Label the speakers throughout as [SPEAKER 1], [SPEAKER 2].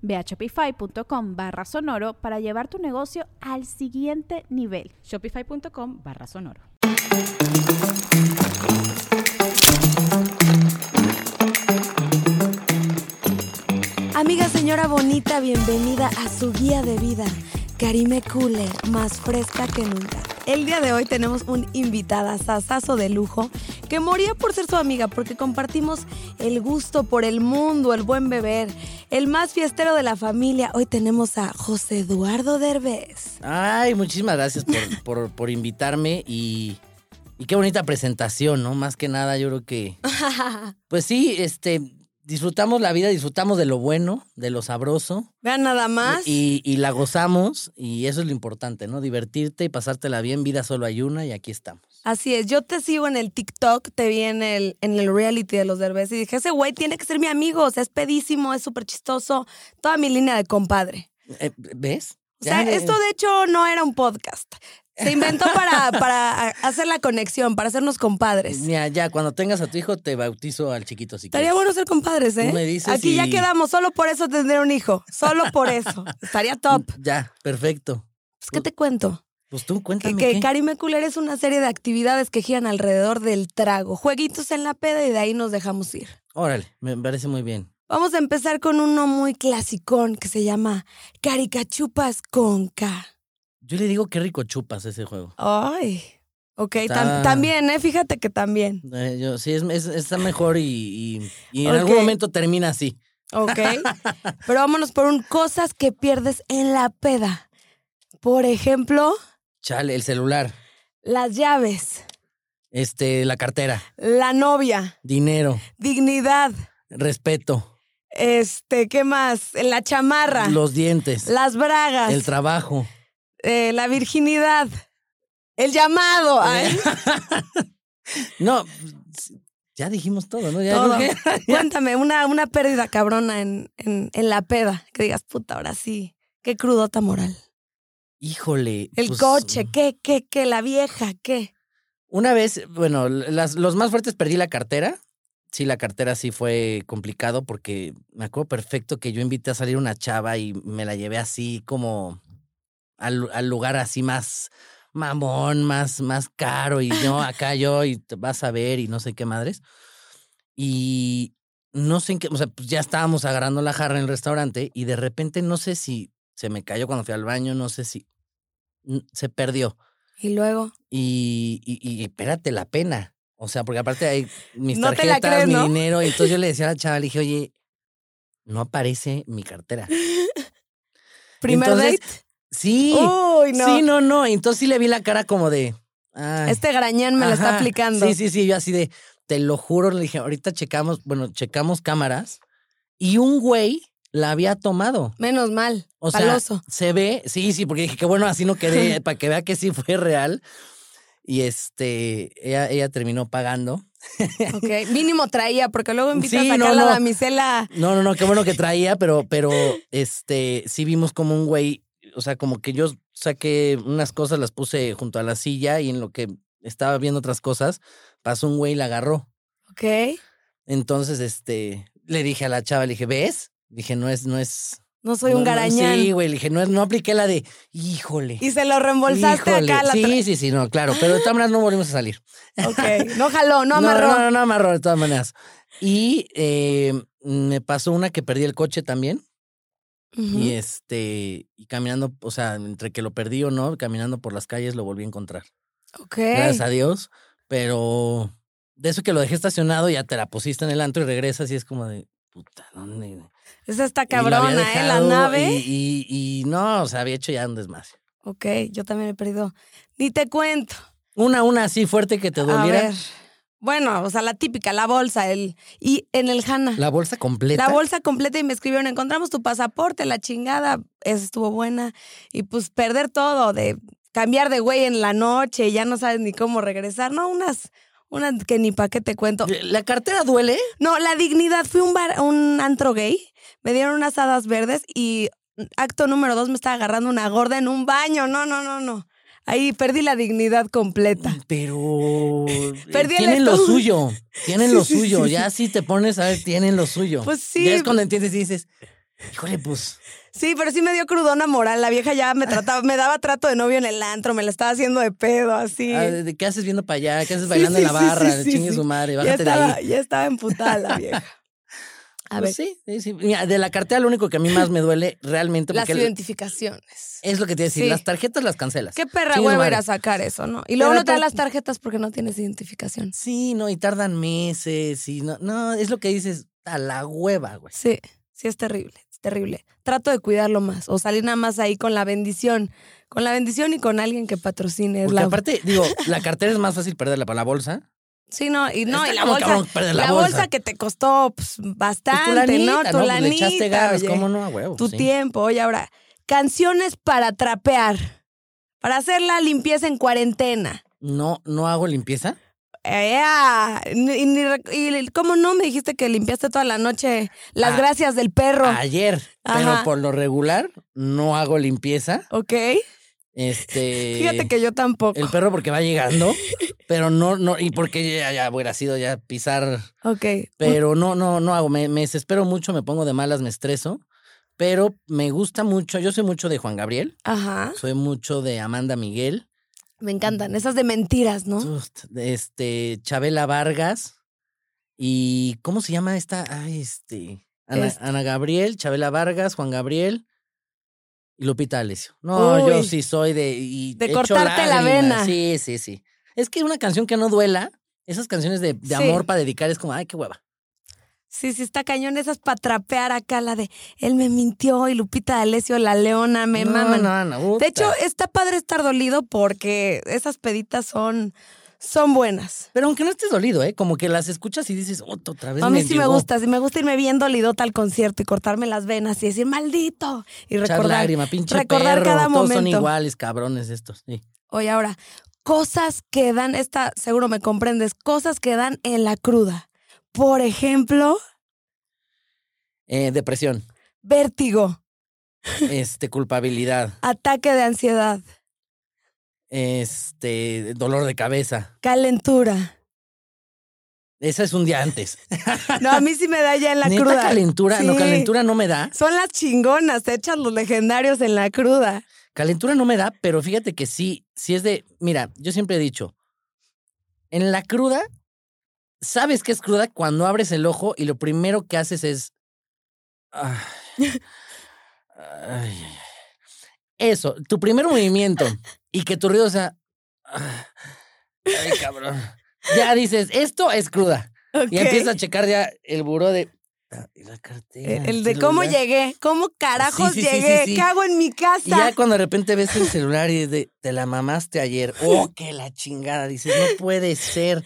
[SPEAKER 1] Ve a shopify.com barra sonoro para llevar tu negocio al siguiente nivel.
[SPEAKER 2] Shopify.com barra sonoro.
[SPEAKER 3] Amiga señora bonita, bienvenida a su guía de vida. Karime Cooler, más fresca que nunca. El día de hoy tenemos un invitada sasazo de lujo que moría por ser su amiga porque compartimos el gusto por el mundo, el buen beber, el más fiestero de la familia. Hoy tenemos a José Eduardo Derbez.
[SPEAKER 4] Ay, muchísimas gracias por, por, por invitarme y, y qué bonita presentación, ¿no? Más que nada, yo creo que. Pues sí, este. Disfrutamos la vida, disfrutamos de lo bueno, de lo sabroso.
[SPEAKER 3] Vean nada más.
[SPEAKER 4] Y, y la gozamos, y eso es lo importante, ¿no? Divertirte y pasártela bien, vida solo hay una, y aquí estamos.
[SPEAKER 3] Así es, yo te sigo en el TikTok, te vi en el, en el reality de los Derbez y dije, ese güey tiene que ser mi amigo, o sea, es pedísimo, es súper chistoso, toda mi línea de compadre.
[SPEAKER 4] Eh, ¿Ves?
[SPEAKER 3] O sea,
[SPEAKER 4] Ya, eh,
[SPEAKER 3] esto de hecho no era un podcast, se inventó para, para hacer la conexión, para hacernos compadres.
[SPEAKER 4] Mira, ya, cuando tengas a tu hijo, te bautizo al chiquito si
[SPEAKER 3] Estaría
[SPEAKER 4] quieres.
[SPEAKER 3] bueno ser compadres, ¿eh?
[SPEAKER 4] Tú me dices
[SPEAKER 3] Aquí ya
[SPEAKER 4] y-
[SPEAKER 3] quedamos, solo por eso tendré un hijo, solo por eso. Estaría top.
[SPEAKER 4] Ya, perfecto.
[SPEAKER 3] Pues, ¿Qué te cuento?
[SPEAKER 4] Pues tú,
[SPEAKER 3] Que,
[SPEAKER 4] cuéntame.
[SPEAKER 3] que
[SPEAKER 4] ¿qué?
[SPEAKER 3] Karime Cooler es una serie de actividades que giran alrededor del trago, jueguitos en la peda y de ahí nos dejamos ir.
[SPEAKER 4] Órale, me parece muy bien.
[SPEAKER 3] Vamos a empezar con uno muy clasicón que se llama Caricachupas con K.
[SPEAKER 4] Yo le digo qué rico chupas ese juego.
[SPEAKER 3] Ay, ok, tam-
[SPEAKER 4] Está-
[SPEAKER 3] también, ¿eh? Fíjate que también.
[SPEAKER 4] Eh, yo, sí, es, es- está mejor y, y- y en
[SPEAKER 3] Ok.
[SPEAKER 4] algún momento termina así.
[SPEAKER 3] Ok. Pero vámonos por un cosas que pierdes en la peda. Por ejemplo,
[SPEAKER 4] Chale, el celular,
[SPEAKER 3] las llaves,
[SPEAKER 4] este, la cartera,
[SPEAKER 3] la novia,
[SPEAKER 4] dinero,
[SPEAKER 3] dignidad,
[SPEAKER 4] respeto,
[SPEAKER 3] este, ¿qué más? La chamarra,
[SPEAKER 4] los dientes,
[SPEAKER 3] las bragas,
[SPEAKER 4] el trabajo.
[SPEAKER 3] eh, la virginidad, el
[SPEAKER 4] Eh,
[SPEAKER 3] llamado. Ay,
[SPEAKER 4] No, pues, ya dijimos todo, ¿no? Ya,
[SPEAKER 3] todo.
[SPEAKER 4] yo creo que-
[SPEAKER 3] Cuéntame, una, una pérdida cabrona en, en- en la peda. Que digas, puta, ahora sí. Qué crudota moral.
[SPEAKER 4] Híjole.
[SPEAKER 3] El
[SPEAKER 4] pues,
[SPEAKER 3] coche, qué, qué, qué, la vieja, qué.
[SPEAKER 4] Una vez, bueno, las- los más fuertes perdí la cartera. Sí, la cartera sí fue complicado porque me acuerdo perfecto que yo invité a salir una chava y me la llevé así como al, al lugar así más mamón, más, más caro y yo acá yo y te vas a ver y no sé qué madres. Y no sé en qué, o sea, pues ya estábamos agarrando la jarra en el restaurante y de repente no sé si se me cayó cuando fui al baño, no sé si n- se perdió.
[SPEAKER 3] Y luego.
[SPEAKER 4] Y, y, y espérate la pena. O sea, porque aparte hay mis
[SPEAKER 3] No te la
[SPEAKER 4] tarjetas,
[SPEAKER 3] crees,
[SPEAKER 4] mi
[SPEAKER 3] ¿no?
[SPEAKER 4] dinero. Y entonces yo le decía a la chava, le dije, oye, no aparece mi cartera.
[SPEAKER 3] Primer
[SPEAKER 4] Entonces,
[SPEAKER 3] date.
[SPEAKER 4] Sí,
[SPEAKER 3] Uy, no.
[SPEAKER 4] sí, no, no. Y Entonces sí le vi la cara como de. "Ay".
[SPEAKER 3] Este grañán me la está
[SPEAKER 4] Ajá.
[SPEAKER 3] aplicando.
[SPEAKER 4] Sí, sí, sí. Yo así de, te lo juro, le dije, ahorita checamos, bueno, checamos cámaras. Y un güey la había tomado.
[SPEAKER 3] Menos mal.
[SPEAKER 4] O sea,
[SPEAKER 3] paloso.
[SPEAKER 4] se ve, sí, sí, porque dije que bueno, así no quedé, para que vea que sí fue real. Y este, ella, ella terminó pagando.
[SPEAKER 3] Ok. Mínimo traía, porque luego invitas
[SPEAKER 4] Sí,
[SPEAKER 3] acá
[SPEAKER 4] no,
[SPEAKER 3] a la
[SPEAKER 4] no.
[SPEAKER 3] damisela.
[SPEAKER 4] No, no, no, qué bueno que traía, pero, pero, este, sí vimos como un güey, o sea, como que yo saqué unas cosas, las puse junto a la silla y en lo que estaba viendo otras cosas, pasó un güey y la agarró.
[SPEAKER 3] Ok.
[SPEAKER 4] Entonces, este, le dije a la chava, le dije, ¿ves? Dije, no es, no es.
[SPEAKER 3] No soy un
[SPEAKER 4] no, no,
[SPEAKER 3] garañán.
[SPEAKER 4] Sí, güey, le dije, no es, no apliqué la de, híjole.
[SPEAKER 3] y se lo reembolsaste
[SPEAKER 4] Híjole,
[SPEAKER 3] acá a la
[SPEAKER 4] Sí, sí, sí, no, claro, pero de todas maneras no volvimos a salir.
[SPEAKER 3] tra- Ok. No jaló, no amarró.
[SPEAKER 4] No, no, no amarró, de todas maneras. Y eh, me pasó una que perdí el coche también.
[SPEAKER 3] Ujú.
[SPEAKER 4] Y este, y caminando, o sea, entre que lo perdí o no, caminando por las calles lo volví a encontrar.
[SPEAKER 3] Ok.
[SPEAKER 4] Gracias a Dios. Pero de eso que lo dejé estacionado, ya te la pusiste en el antro y regresas y es como de, puta, ¿dónde?
[SPEAKER 3] Esa está
[SPEAKER 4] Y lo había
[SPEAKER 3] cabrona, ¿eh? La
[SPEAKER 4] dejado
[SPEAKER 3] nave.
[SPEAKER 4] Y, y- y no, o sea, había hecho ya un desmadre.
[SPEAKER 3] Ok, yo también he perdido. Ni te cuento.
[SPEAKER 4] Una, una así fuerte que te
[SPEAKER 3] A
[SPEAKER 4] doliera.
[SPEAKER 3] ver. Bueno, o sea, la típica, la bolsa, el. Y en el Hanna.
[SPEAKER 4] La bolsa completa.
[SPEAKER 3] La bolsa completa y me escribieron, encontramos tu pasaporte, la chingada, eso estuvo buena. Y pues perder todo, de cambiar de güey en la noche, ya no sabes ni cómo regresar. No, unas, unas que ni pa' qué te cuento.
[SPEAKER 4] La cartera duele.
[SPEAKER 3] No, la dignidad, fui a un bar, a un antro gay, me dieron unas hadas verdes y acto número dos me estaba agarrando una gorda en un baño. No, no, no, no. Ahí perdí la dignidad
[SPEAKER 4] Mm.
[SPEAKER 3] completa.
[SPEAKER 4] Pero eh,
[SPEAKER 3] Perdí el
[SPEAKER 4] tienen lo
[SPEAKER 3] estómago.
[SPEAKER 4] suyo, tienen
[SPEAKER 3] Sí,
[SPEAKER 4] lo
[SPEAKER 3] sí, sí,
[SPEAKER 4] suyo,
[SPEAKER 3] sí.
[SPEAKER 4] ya si te pones a ver, tienen lo suyo.
[SPEAKER 3] Pues sí.
[SPEAKER 4] Ya es cuando entiendes y dices, híjole, pues,
[SPEAKER 3] Sí, pero sí me dio crudona moral. La vieja ya me trataba, me daba trato de novio en el antro, me la estaba haciendo de pedo, así.
[SPEAKER 4] ah, ¿de ¿qué haces viendo para allá? ¿Qué haces
[SPEAKER 3] Sí,
[SPEAKER 4] bailando en
[SPEAKER 3] sí,
[SPEAKER 4] la
[SPEAKER 3] sí,
[SPEAKER 4] barra?
[SPEAKER 3] sí, sí,
[SPEAKER 4] Chingue
[SPEAKER 3] sí.
[SPEAKER 4] su madre,
[SPEAKER 3] ya
[SPEAKER 4] bájate de
[SPEAKER 3] estaba,
[SPEAKER 4] ahí.
[SPEAKER 3] ya estaba emputada la vieja. A
[SPEAKER 4] Pues
[SPEAKER 3] ver,
[SPEAKER 4] sí, sí, sí. Mira, de la cartera lo único que a mí más me duele realmente
[SPEAKER 3] las
[SPEAKER 4] porque
[SPEAKER 3] identificaciones.
[SPEAKER 4] es lo que te decía,
[SPEAKER 3] Sí.
[SPEAKER 4] las tarjetas las cancelas.
[SPEAKER 3] Qué perra
[SPEAKER 4] Chingue su
[SPEAKER 3] huevo
[SPEAKER 4] madre.
[SPEAKER 3] ir a sacar eso, ¿no? Y luego
[SPEAKER 4] Pero
[SPEAKER 3] no te dan
[SPEAKER 4] aparte-
[SPEAKER 3] las tarjetas porque no tienes identificación.
[SPEAKER 4] Sí, no, y tardan meses y no, no, es lo que dices, a la hueva, güey.
[SPEAKER 3] Sí, sí es terrible, es terrible. Trato de cuidarlo más o salir nada más ahí con la bendición, con la bendición y con alguien que patrocine. es
[SPEAKER 4] Porque
[SPEAKER 3] la-
[SPEAKER 4] aparte, digo, la cartera es más fácil perderla para la bolsa.
[SPEAKER 3] Sí, no, y no,
[SPEAKER 4] Está
[SPEAKER 3] y la
[SPEAKER 4] como
[SPEAKER 3] bolsa,
[SPEAKER 4] cabrón perder
[SPEAKER 3] la,
[SPEAKER 4] la
[SPEAKER 3] bolsa.
[SPEAKER 4] bolsa.
[SPEAKER 3] que te costó pues, bastante, ¿no? Tu
[SPEAKER 4] Pues
[SPEAKER 3] lanita,
[SPEAKER 4] le echaste ganas,
[SPEAKER 3] oye.
[SPEAKER 4] ¿cómo no? A huevo.
[SPEAKER 3] tu
[SPEAKER 4] sí.
[SPEAKER 3] tiempo. Oye, ahora, canciones para trapear, para hacer la limpieza en cuarentena.
[SPEAKER 4] No, no hago limpieza.
[SPEAKER 3] ¡Ea! Ni- ni rec- Y, cómo no me dijiste que limpiaste toda la noche las
[SPEAKER 4] Ah.
[SPEAKER 3] gracias del perro.
[SPEAKER 4] Ayer,
[SPEAKER 3] Ajá.
[SPEAKER 4] pero por lo regular no hago limpieza.
[SPEAKER 3] ¿Ok?
[SPEAKER 4] Este.
[SPEAKER 3] Fíjate que yo tampoco.
[SPEAKER 4] El perro porque va llegando, pero no, no, y porque ya, ya hubiera sido ya pisar,
[SPEAKER 3] Ok.
[SPEAKER 4] pero no, no, no hago, me, me desespero mucho, me pongo de malas, me estreso, pero me gusta mucho, yo soy mucho de Juan Gabriel,
[SPEAKER 3] Ajá.
[SPEAKER 4] soy mucho de Amanda Miguel,
[SPEAKER 3] Me encantan. Esas de mentiras, ¿no?
[SPEAKER 4] Ust, este, Chabela Vargas y ¿cómo se llama esta? Ah, este, Ana,
[SPEAKER 3] Este.
[SPEAKER 4] Ana Gabriel, Chabela Vargas, Juan Gabriel y Lupita Alessio. No, yo
[SPEAKER 3] Uy.
[SPEAKER 4] sí soy de y
[SPEAKER 3] De
[SPEAKER 4] echo
[SPEAKER 3] cortarte la
[SPEAKER 4] lágrimas.
[SPEAKER 3] vena.
[SPEAKER 4] Sí, sí, sí. Es que una canción que no duela, esas canciones de, de
[SPEAKER 3] Sí.
[SPEAKER 4] amor para dedicar es como, ay, qué hueva.
[SPEAKER 3] Sí, sí, está cañón. Esas para trapear acá, la de él me mintió y Lupita D'Alessio, la leona, me
[SPEAKER 4] no,
[SPEAKER 3] maman.
[SPEAKER 4] No, no,
[SPEAKER 3] De
[SPEAKER 4] puta.
[SPEAKER 3] hecho, eh está padre estar dolido porque esas peditas son, son buenas.
[SPEAKER 4] pero aunque no estés dolido, ¿eh? Como que las escuchas y dices, "Ot- otra vez
[SPEAKER 3] A mí sí me
[SPEAKER 4] llegó".
[SPEAKER 3] gusta, sí me gusta irme bien dolidota al concierto y cortarme las venas y decir maldito y
[SPEAKER 4] Echar
[SPEAKER 3] recordar.
[SPEAKER 4] lágrima, pinche
[SPEAKER 3] recordar
[SPEAKER 4] perro,
[SPEAKER 3] cada
[SPEAKER 4] todos son
[SPEAKER 3] momento.
[SPEAKER 4] iguales, cabrones estos. sí.
[SPEAKER 3] Oye, ahora, cosas que dan, esta seguro me comprendes, cosas que dan en la cruda. Por ejemplo,
[SPEAKER 4] Eh, depresión,
[SPEAKER 3] vértigo,
[SPEAKER 4] este, culpabilidad.
[SPEAKER 3] ataque de ansiedad,
[SPEAKER 4] este dolor de cabeza.
[SPEAKER 3] calentura.
[SPEAKER 4] Esa es un día antes.
[SPEAKER 3] No, a mí sí me da ya en la
[SPEAKER 4] ¿Neta
[SPEAKER 3] cruda.
[SPEAKER 4] calentura? No,
[SPEAKER 3] Sí.
[SPEAKER 4] calentura no me da.
[SPEAKER 3] Son las chingonas, te echas los legendarios en la cruda.
[SPEAKER 4] Calentura no me da, pero fíjate que sí, sí es de, mira, yo siempre he dicho, en la cruda, sabes que es cruda cuando abres el ojo y lo primero que haces es... ay, ay, ay. Eso, tu primer movimiento y que tu ruido sea... ah, Ay, cabrón. Ya dices, esto es cruda. Y
[SPEAKER 3] Ok.
[SPEAKER 4] empieza a checar ya el buró de. "Ah, y la cartera.
[SPEAKER 3] El de cómo
[SPEAKER 4] celular".
[SPEAKER 3] llegué, cómo carajos
[SPEAKER 4] Sí, sí, sí,
[SPEAKER 3] llegué,
[SPEAKER 4] sí, sí.
[SPEAKER 3] qué hago en mi
[SPEAKER 4] Y
[SPEAKER 3] casa.
[SPEAKER 4] ya cuando de repente ves el celular y es de, te la mamaste ayer. Oh, que la chingada. Dices, no puede ser.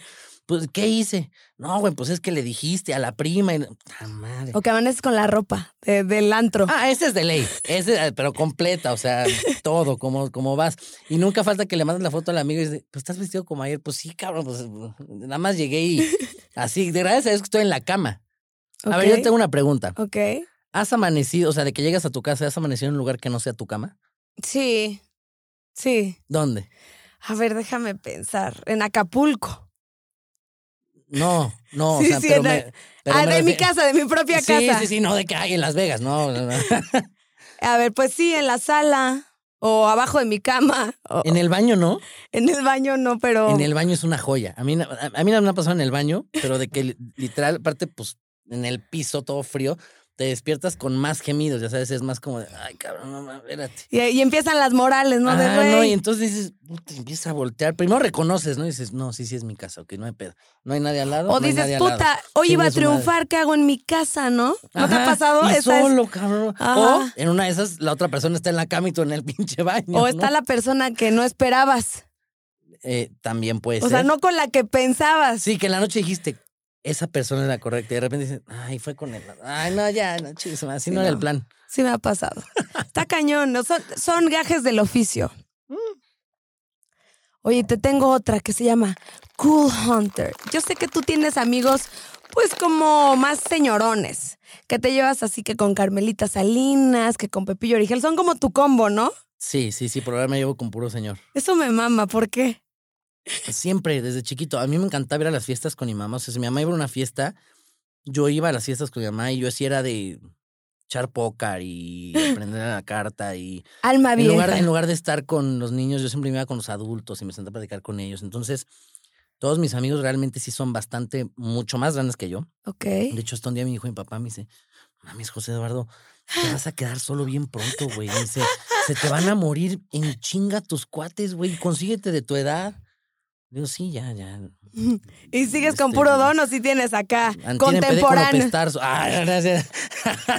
[SPEAKER 4] Pues, ¿qué hice? No, güey, pues es que le dijiste a la prima. Y... ¡Ah, madre!
[SPEAKER 3] O que amaneces con la ropa de- del antro.
[SPEAKER 4] Ah, ese es de ley. Ese, eh, pero completa, o sea, todo, como, como vas. Y nunca falta que le mandes la foto al amigo y dices, pues estás vestido como ayer. Pues sí, cabrón, pues nada más llegué y así. De gracias a Dios que estoy en la cama. A ver,
[SPEAKER 3] Ok,
[SPEAKER 4] yo tengo una pregunta.
[SPEAKER 3] Ok.
[SPEAKER 4] ¿Has amanecido, o sea, de que llegas a tu casa, has amanecido en un lugar que no sea tu cama?
[SPEAKER 3] Sí. Sí.
[SPEAKER 4] ¿Dónde?
[SPEAKER 3] A ver, déjame pensar. En Acapulco.
[SPEAKER 4] No, no, o
[SPEAKER 3] Sí,
[SPEAKER 4] sea,
[SPEAKER 3] sí,
[SPEAKER 4] pero
[SPEAKER 3] en la-
[SPEAKER 4] me, pero
[SPEAKER 3] ah,
[SPEAKER 4] me
[SPEAKER 3] de mi
[SPEAKER 4] refiero-
[SPEAKER 3] casa, de mi propia casa.
[SPEAKER 4] Sí, sí, sí, no de que hay en Las Vegas, no, no, no.
[SPEAKER 3] A ver, pues sí, en la sala o abajo de mi cama. o-
[SPEAKER 4] En el baño no,
[SPEAKER 3] en el baño no, pero.
[SPEAKER 4] en el baño es una joya. A mí, na- a a mí nada me ha pasado en el baño, pero de que li- literal, aparte, pues, en el piso todo frío, te despiertas con más gemidos, ya sabes, es más como, de, ay, cabrón, mamá, espérate.
[SPEAKER 3] Y, y empiezan las morales, ¿no? De
[SPEAKER 4] Ah,
[SPEAKER 3] rey.
[SPEAKER 4] no, y entonces dices, te empiezas a voltear. Primero reconoces, ¿no? Y dices, no, sí, sí es mi casa, ok, no hay pedo. No hay nadie al lado.
[SPEAKER 3] o
[SPEAKER 4] no hay nadie
[SPEAKER 3] dices,
[SPEAKER 4] al lado.
[SPEAKER 3] puta, hoy iba a
[SPEAKER 4] Chingue su madre.
[SPEAKER 3] triunfar, ¿qué hago en mi casa, no? ¿No te ha
[SPEAKER 4] Ajá,
[SPEAKER 3] pasado?
[SPEAKER 4] Y
[SPEAKER 3] Esa es-
[SPEAKER 4] solo, cabrón. O
[SPEAKER 3] Ajá.
[SPEAKER 4] en una de esas, la otra persona está en la cama y tú en el pinche baño.
[SPEAKER 3] O está
[SPEAKER 4] ¿no?
[SPEAKER 3] la persona que no esperabas.
[SPEAKER 4] Eh, también puede
[SPEAKER 3] O
[SPEAKER 4] ser.
[SPEAKER 3] sea, no con la que pensabas.
[SPEAKER 4] Sí, que en la noche dijiste, esa persona es la correcta. Y de repente dices, ay, fue con él. Ay, no, ya, no, chis, así
[SPEAKER 3] Sí,
[SPEAKER 4] no, era
[SPEAKER 3] no.
[SPEAKER 4] el plan.
[SPEAKER 3] Sí me ha pasado. Está cañón, ¿no? Son, son gajes del oficio.
[SPEAKER 4] Mm.
[SPEAKER 3] Oye, te tengo otra que se llama Cool Hunter. Yo sé que tú tienes amigos, pues como más señorones, que te llevas así que con Carmelita Salinas, que con Pepillo Origel. Son como tu combo, ¿no?
[SPEAKER 4] Sí, sí, sí, por ahora me llevo con puro señor.
[SPEAKER 3] Eso me mama, ¿por qué?
[SPEAKER 4] Siempre, desde chiquito. A mí me encantaba ir a las fiestas con mi mamá. O sea, si mi mamá iba a una fiesta, yo iba a las fiestas con mi mamá y yo así era de echar póker y aprender a la carta y
[SPEAKER 3] Alma
[SPEAKER 4] en
[SPEAKER 3] vieja.
[SPEAKER 4] lugar, en lugar de estar con los niños, yo siempre me iba con los adultos y me sentaba a platicar con ellos. Entonces, todos mis amigos realmente sí son bastante, mucho más grandes que yo.
[SPEAKER 3] Ok.
[SPEAKER 4] De hecho, hasta un día me dijo mi papá, me dice, mames, José Eduardo, te vas a quedar solo bien pronto, güey. Me dice, se te van a morir en chinga tus cuates, güey. Consíguete de tu edad. Digo, sí, ya, ya.
[SPEAKER 3] Y sigues con
[SPEAKER 4] Este,
[SPEAKER 3] puro dono si tienes acá.
[SPEAKER 4] Antier empecé con
[SPEAKER 3] Contemporáneo.
[SPEAKER 4] apestar su- Ah, gracias.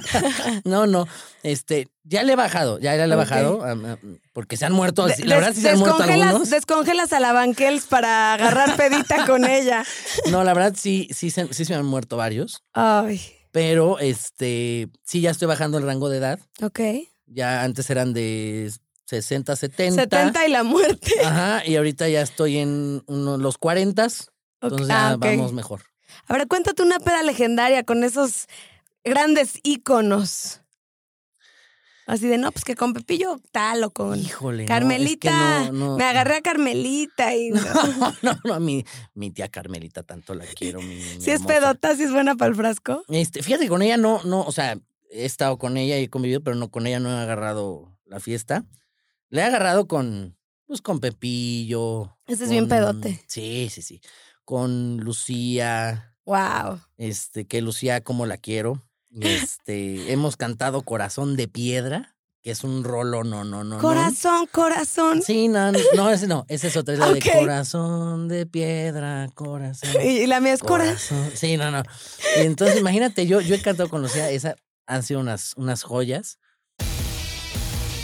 [SPEAKER 4] no, no. Este, ya le he bajado, ya, ya le he
[SPEAKER 3] Ok.
[SPEAKER 4] bajado. am- am- Porque se han muerto.
[SPEAKER 3] De-
[SPEAKER 4] la verdad,
[SPEAKER 3] des-
[SPEAKER 4] sí se han muerto
[SPEAKER 3] descongelas-
[SPEAKER 4] algunos.
[SPEAKER 3] Descongelas a la Banquels para agarrar pedita con ella.
[SPEAKER 4] No, la verdad, sí, sí, se- sí se me han muerto varios.
[SPEAKER 3] Ay,
[SPEAKER 4] Pero este, sí, ya estoy bajando el rango de edad.
[SPEAKER 3] ok.
[SPEAKER 4] Ya antes eran de 60, 70.
[SPEAKER 3] 70 y la muerte.
[SPEAKER 4] Ajá, y ahorita ya estoy en uno- los 40.
[SPEAKER 3] Ok,
[SPEAKER 4] Entonces ya
[SPEAKER 3] ah, ok.
[SPEAKER 4] vamos mejor.
[SPEAKER 3] A ver, cuéntate una peda legendaria con esos grandes íconos. Así de, no, pues que con Pepillo tal o con...
[SPEAKER 4] Híjole. no, es que
[SPEAKER 3] Carmelita,
[SPEAKER 4] no, no.
[SPEAKER 3] me agarré a Carmelita y... no.
[SPEAKER 4] No, no, no, mi, mi tía Carmelita tanto la quiero. Mi niña
[SPEAKER 3] Si es
[SPEAKER 4] hermosa.
[SPEAKER 3] pedota, si es buena para el frasco.
[SPEAKER 4] Este, fíjate, con ella no, no, o sea, he estado con ella y he convivido, pero no con ella no he agarrado la fiesta. Le he agarrado con, pues con Pepillo.
[SPEAKER 3] Ese es bien
[SPEAKER 4] con-
[SPEAKER 3] pedote.
[SPEAKER 4] Sí, sí, sí. Con Lucía,
[SPEAKER 3] Wow.
[SPEAKER 4] este, que Lucía como la quiero. Este, hemos cantado Corazón de Piedra, que es un rolo, no, no, no. no.
[SPEAKER 3] Corazón, corazón.
[SPEAKER 4] Sí, no, no, no, ese no, ese es otro, es la
[SPEAKER 3] Ok.
[SPEAKER 4] de Corazón de Piedra, Corazón.
[SPEAKER 3] Y, y la mía es corazón.
[SPEAKER 4] Corazón. Sí, no, no. Y entonces, imagínate, yo, yo he cantado con Lucía, esa han sido unas, unas joyas.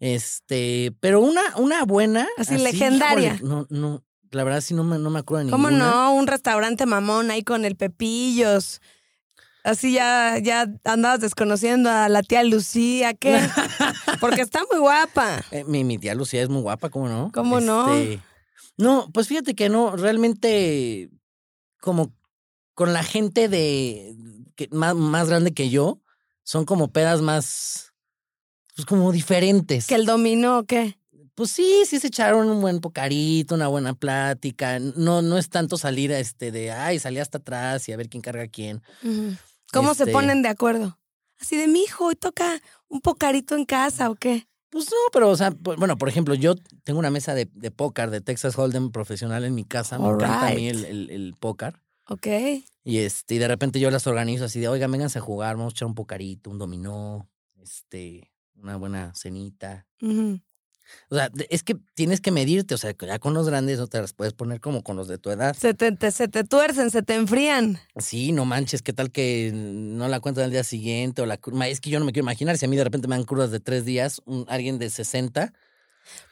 [SPEAKER 4] Este, pero una, una buena.
[SPEAKER 3] Así, legendaria.
[SPEAKER 4] híjole, no, no, la verdad sí no me, no me acuerdo de
[SPEAKER 3] ¿Cómo
[SPEAKER 4] ninguna.
[SPEAKER 3] no? Un restaurante mamón ahí con el Pepillos. Así ya, ya andabas desconociendo a la tía Lucía, ¿qué? Porque está muy guapa.
[SPEAKER 4] Eh, mi, mi tía Lucía es muy guapa, ¿cómo no? Este,
[SPEAKER 3] ¿Cómo no?
[SPEAKER 4] no? No, pues fíjate que no, realmente, como con la gente de que, más, más grande que yo, son como pedas más, pues como diferentes.
[SPEAKER 3] Que el dominó, ¿qué?
[SPEAKER 4] Pues sí, sí se echaron un buen pocarito, una buena plática. No, no es tanto salir a este de ay, salí hasta atrás y a ver quién carga a quién.
[SPEAKER 3] ¿Cómo se
[SPEAKER 4] Este-
[SPEAKER 3] ponen de acuerdo? Así de mi hijo, hoy toca un pocarito en casa o qué.
[SPEAKER 4] Pues no, pero o sea, por- bueno, por ejemplo, yo tengo una mesa de, de póker de Texas Hold'em profesional en mi casa. Me
[SPEAKER 3] All
[SPEAKER 4] encanta a mí
[SPEAKER 3] right.
[SPEAKER 4] el, el, el póker.
[SPEAKER 3] Ok.
[SPEAKER 4] Y este, y de repente yo las organizo así de oigan, vénganse a jugar, vamos a echar un pocarito, un dominó, este, una buena cenita.
[SPEAKER 3] Ujú.
[SPEAKER 4] O sea, de- es que tienes que medirte, o sea, que ya con los grandes no te las puedes poner como con los de tu edad.
[SPEAKER 3] se, te, te- se te tuercen, se te enfrían.
[SPEAKER 4] Sí, no manches, ¿qué tal que no la cuentan al día siguiente? O la cur- Ma, Es que yo no me quiero imaginar, si a mí de repente me dan curvas de tres días, un- alguien de 60.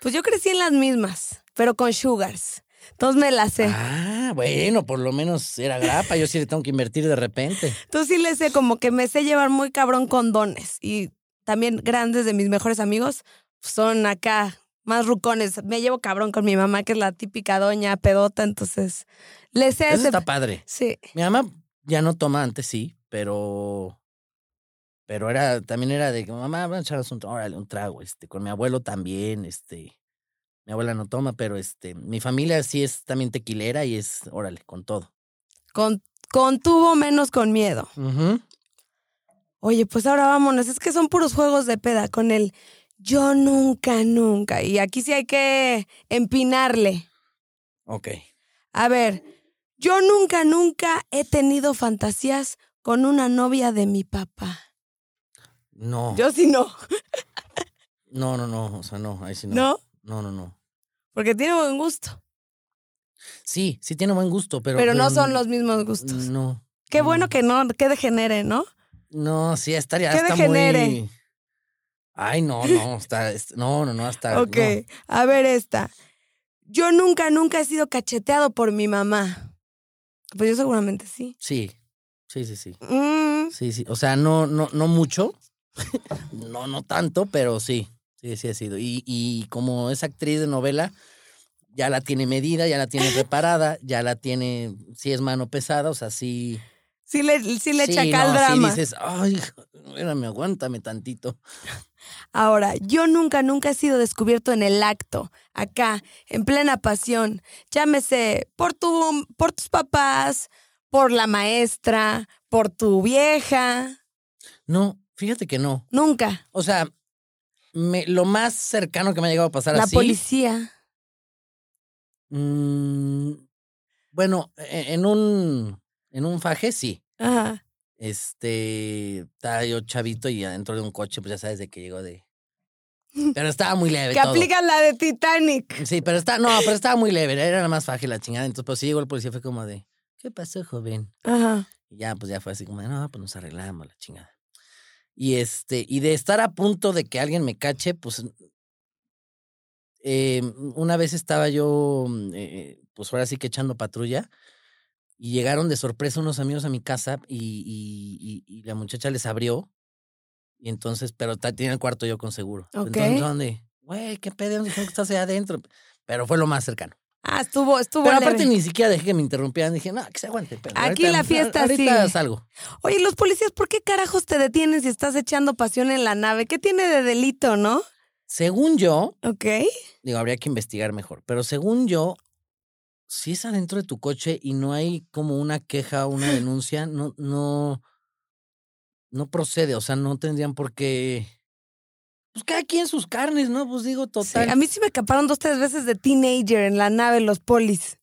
[SPEAKER 3] Pues yo crecí en las mismas, pero con sugars. Entonces me las sé.
[SPEAKER 4] Ah, bueno, por lo menos era grapa, yo sí le tengo que invertir de repente.
[SPEAKER 3] Tú sí le sé, como que me sé llevar muy cabrón con dones. Y también grandes de mis mejores amigos son acá más rucones. Me llevo cabrón con mi mamá, que es la típica doña pedota, entonces le sé a
[SPEAKER 4] Eso
[SPEAKER 3] ese.
[SPEAKER 4] está padre.
[SPEAKER 3] Sí.
[SPEAKER 4] Mi mamá ya no toma antes, sí, pero Pero era, también era de que mamá, vamos a echarnos un, órale, un trago, este, con mi abuelo también, este, mi abuela no toma, pero este, mi familia sí es también tequilera y es, órale, con todo.
[SPEAKER 3] Con, contuvo menos con miedo.
[SPEAKER 4] Ujú.
[SPEAKER 3] Oye, pues ahora vámonos. Es que son puros juegos de peda con el yo nunca, nunca. Y aquí sí hay que empinarle.
[SPEAKER 4] Ok.
[SPEAKER 3] A ver, yo nunca, nunca he tenido fantasías con una novia de mi papá.
[SPEAKER 4] No,
[SPEAKER 3] Yo sí no,
[SPEAKER 4] no, no, no, o sea, no, ahí sí no.
[SPEAKER 3] ¿no?
[SPEAKER 4] No, no, no.
[SPEAKER 3] Porque tiene buen gusto.
[SPEAKER 4] Sí, sí tiene buen gusto, pero... mm,
[SPEAKER 3] Pero, no son los mismos gustos.
[SPEAKER 4] No.
[SPEAKER 3] Qué
[SPEAKER 4] no.
[SPEAKER 3] bueno que no, que degenere, ¿no?
[SPEAKER 4] No, sí, estaría
[SPEAKER 3] Que
[SPEAKER 4] hasta
[SPEAKER 3] degenere.
[SPEAKER 4] muy... Ay, no, no, está, es- no, no, no, hasta...
[SPEAKER 3] ok,
[SPEAKER 4] no.
[SPEAKER 3] a ver esta. Yo nunca, nunca he sido cacheteado por mi mamá. Pues yo seguramente sí.
[SPEAKER 4] Sí, sí, sí, sí.
[SPEAKER 3] Mm,
[SPEAKER 4] Sí, sí. O sea, no, no, no mucho. no, no tanto, pero sí. Sí, sí ha sido. Y, y como es actriz de novela, ya la tiene medida, ya la tiene preparada, ya la tiene, sí es mano pesada, o sea, sí.
[SPEAKER 3] sí le, sí le
[SPEAKER 4] sí,
[SPEAKER 3] echa acá
[SPEAKER 4] no,
[SPEAKER 3] el
[SPEAKER 4] sí
[SPEAKER 3] drama.
[SPEAKER 4] dices, ay, espérame, aguántame tantito.
[SPEAKER 3] Ahora, yo nunca, nunca he sido descubierto en el acto, acá, en plena pasión. Llámese por, tu, por tus papás, por la maestra, por tu vieja.
[SPEAKER 4] No, fíjate que no.
[SPEAKER 3] Nunca.
[SPEAKER 4] O sea, me- lo más cercano que me ha llegado a pasar
[SPEAKER 3] La
[SPEAKER 4] así.
[SPEAKER 3] policía.
[SPEAKER 4] mm, bueno, e- en un, en un faje, sí.
[SPEAKER 3] Ajá.
[SPEAKER 4] Este, estaba yo chavito y adentro de un coche, pues ya sabes de que llegó de. Pero estaba muy leve.
[SPEAKER 3] Que
[SPEAKER 4] todo.
[SPEAKER 3] aplican la de Titanic.
[SPEAKER 4] Sí, pero está, no, pero estaba muy leve, era nada más fácil la chingada. Entonces, pues sí llegó el policía, fue como de, ¿qué pasó, joven?
[SPEAKER 3] Ajá.
[SPEAKER 4] Y ya, pues ya fue así como de, no, pues nos arreglamos la chingada. Y este, y de estar a punto de que alguien me cache, pues. eh, una vez estaba yo, eh, pues ahora sí que echando patrulla. Y llegaron de sorpresa unos amigos a mi casa y, y- y- y la muchacha les abrió. Y entonces, pero ta- tenía el cuarto yo con seguro.
[SPEAKER 3] Ok.
[SPEAKER 4] Entonces, ¿dónde? Güey, qué pedo, ¿dónde crees que estás allá adentro? Pero fue lo más cercano.
[SPEAKER 3] Ah, estuvo, estuvo.
[SPEAKER 4] Pero
[SPEAKER 3] leve.
[SPEAKER 4] aparte ni siquiera dejé que me interrumpieran. Dije, no, que se aguante. pero
[SPEAKER 3] Aquí
[SPEAKER 4] ahorita- pues,
[SPEAKER 3] la fiesta
[SPEAKER 4] ahorita
[SPEAKER 3] sigue.
[SPEAKER 4] salgo.
[SPEAKER 3] Oye, los policías, ¿por qué carajos te detienen si estás echando pasión en la nave? ¿Qué tiene de delito, no?
[SPEAKER 4] Según yo,
[SPEAKER 3] Ok.
[SPEAKER 4] digo, habría que investigar mejor, pero según yo, si es adentro de tu coche y no hay como una queja o una denuncia, no, no, no procede, o sea, no tendrían por qué. Pues cada quien sus carnes, ¿no? Pues digo,
[SPEAKER 3] Sí,
[SPEAKER 4] total.
[SPEAKER 3] a mí sí me caparon dos, tres veces de teenager en la nave los polis.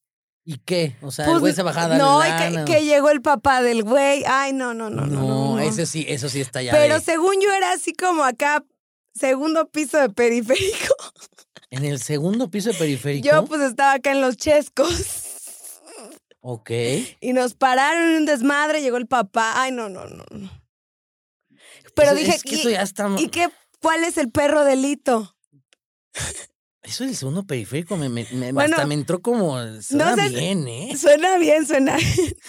[SPEAKER 4] ¿Y qué? O sea,
[SPEAKER 3] Pues,
[SPEAKER 4] el güey se baja a darle
[SPEAKER 3] No, y que-
[SPEAKER 4] lana,
[SPEAKER 3] que, llegó el papá del güey. Ay, no, no, no, no. no, no.
[SPEAKER 4] eso sí, eso sí está ya.
[SPEAKER 3] Pero
[SPEAKER 4] de-
[SPEAKER 3] según yo era así como acá, segundo piso de periférico.
[SPEAKER 4] En el segundo piso de periférico.
[SPEAKER 3] Yo pues estaba acá en los chescos.
[SPEAKER 4] Ok.
[SPEAKER 3] Y nos pararon en un desmadre, llegó el papá. Ay, no, no, no. no. Pero
[SPEAKER 4] Eso-
[SPEAKER 3] dije,
[SPEAKER 4] Es que
[SPEAKER 3] ¿y,
[SPEAKER 4] eso ya está.
[SPEAKER 3] y qué? ¿Cuál es el perro delito?
[SPEAKER 4] Eso del segundo periférico me, me- me-
[SPEAKER 3] Bueno,
[SPEAKER 4] hasta me entró como. Suena
[SPEAKER 3] sé-
[SPEAKER 4] bien, ¿eh?
[SPEAKER 3] Suena bien, suena.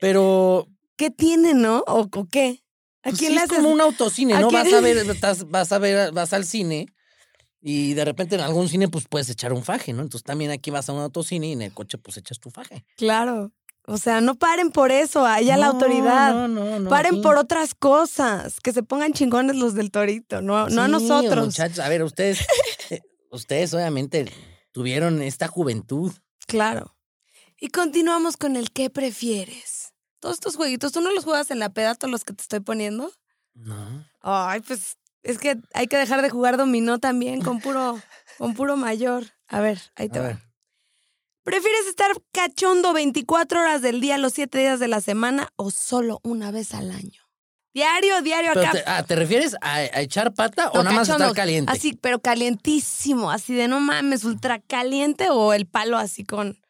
[SPEAKER 4] Pero
[SPEAKER 3] ¿Qué tiene, no? ¿O, o qué? ¿A
[SPEAKER 4] Pues
[SPEAKER 3] quién
[SPEAKER 4] sí,
[SPEAKER 3] le
[SPEAKER 4] es
[SPEAKER 3] haces?
[SPEAKER 4] como un autocine,
[SPEAKER 3] ¿A
[SPEAKER 4] ¿no?
[SPEAKER 3] quién-
[SPEAKER 4] Vas a ver, estás- vas a ver, vas al cine y de repente en algún cine pues puedes echar un faje, ¿no? Entonces también aquí vas a un autocine y en el coche pues echas tu faje.
[SPEAKER 3] Claro. O sea, no paren por eso, allá la
[SPEAKER 4] No,
[SPEAKER 3] autoridad.
[SPEAKER 4] No, no, no.
[SPEAKER 3] Paren
[SPEAKER 4] aquí-
[SPEAKER 3] por otras cosas, que se pongan chingones los del torito, no, no a
[SPEAKER 4] Sí,
[SPEAKER 3] nosotros.
[SPEAKER 4] Muchachos, a ver, ustedes, eh, ustedes obviamente tuvieron esta juventud.
[SPEAKER 3] Claro. Y continuamos con el qué prefieres. Todos estos jueguitos, ¿tú no los juegas en la peda, todos los que te estoy poniendo?
[SPEAKER 4] No.
[SPEAKER 3] Ay, pues es que hay que dejar de jugar dominó también con puro, con puro mayor. A ver, ahí te
[SPEAKER 4] A
[SPEAKER 3] va.
[SPEAKER 4] ver.
[SPEAKER 3] ¿Prefieres estar cachondo 24 horas del día, los 7 días de la semana o solo una vez al año? Diario, diario
[SPEAKER 4] Pero
[SPEAKER 3] acá.
[SPEAKER 4] te, ah, ¿te refieres a, a echar pata o
[SPEAKER 3] No,
[SPEAKER 4] nada más estar
[SPEAKER 3] cachondos.
[SPEAKER 4] caliente?
[SPEAKER 3] Así, pero calientísimo, así de no mames, ultra caliente o el palo así con,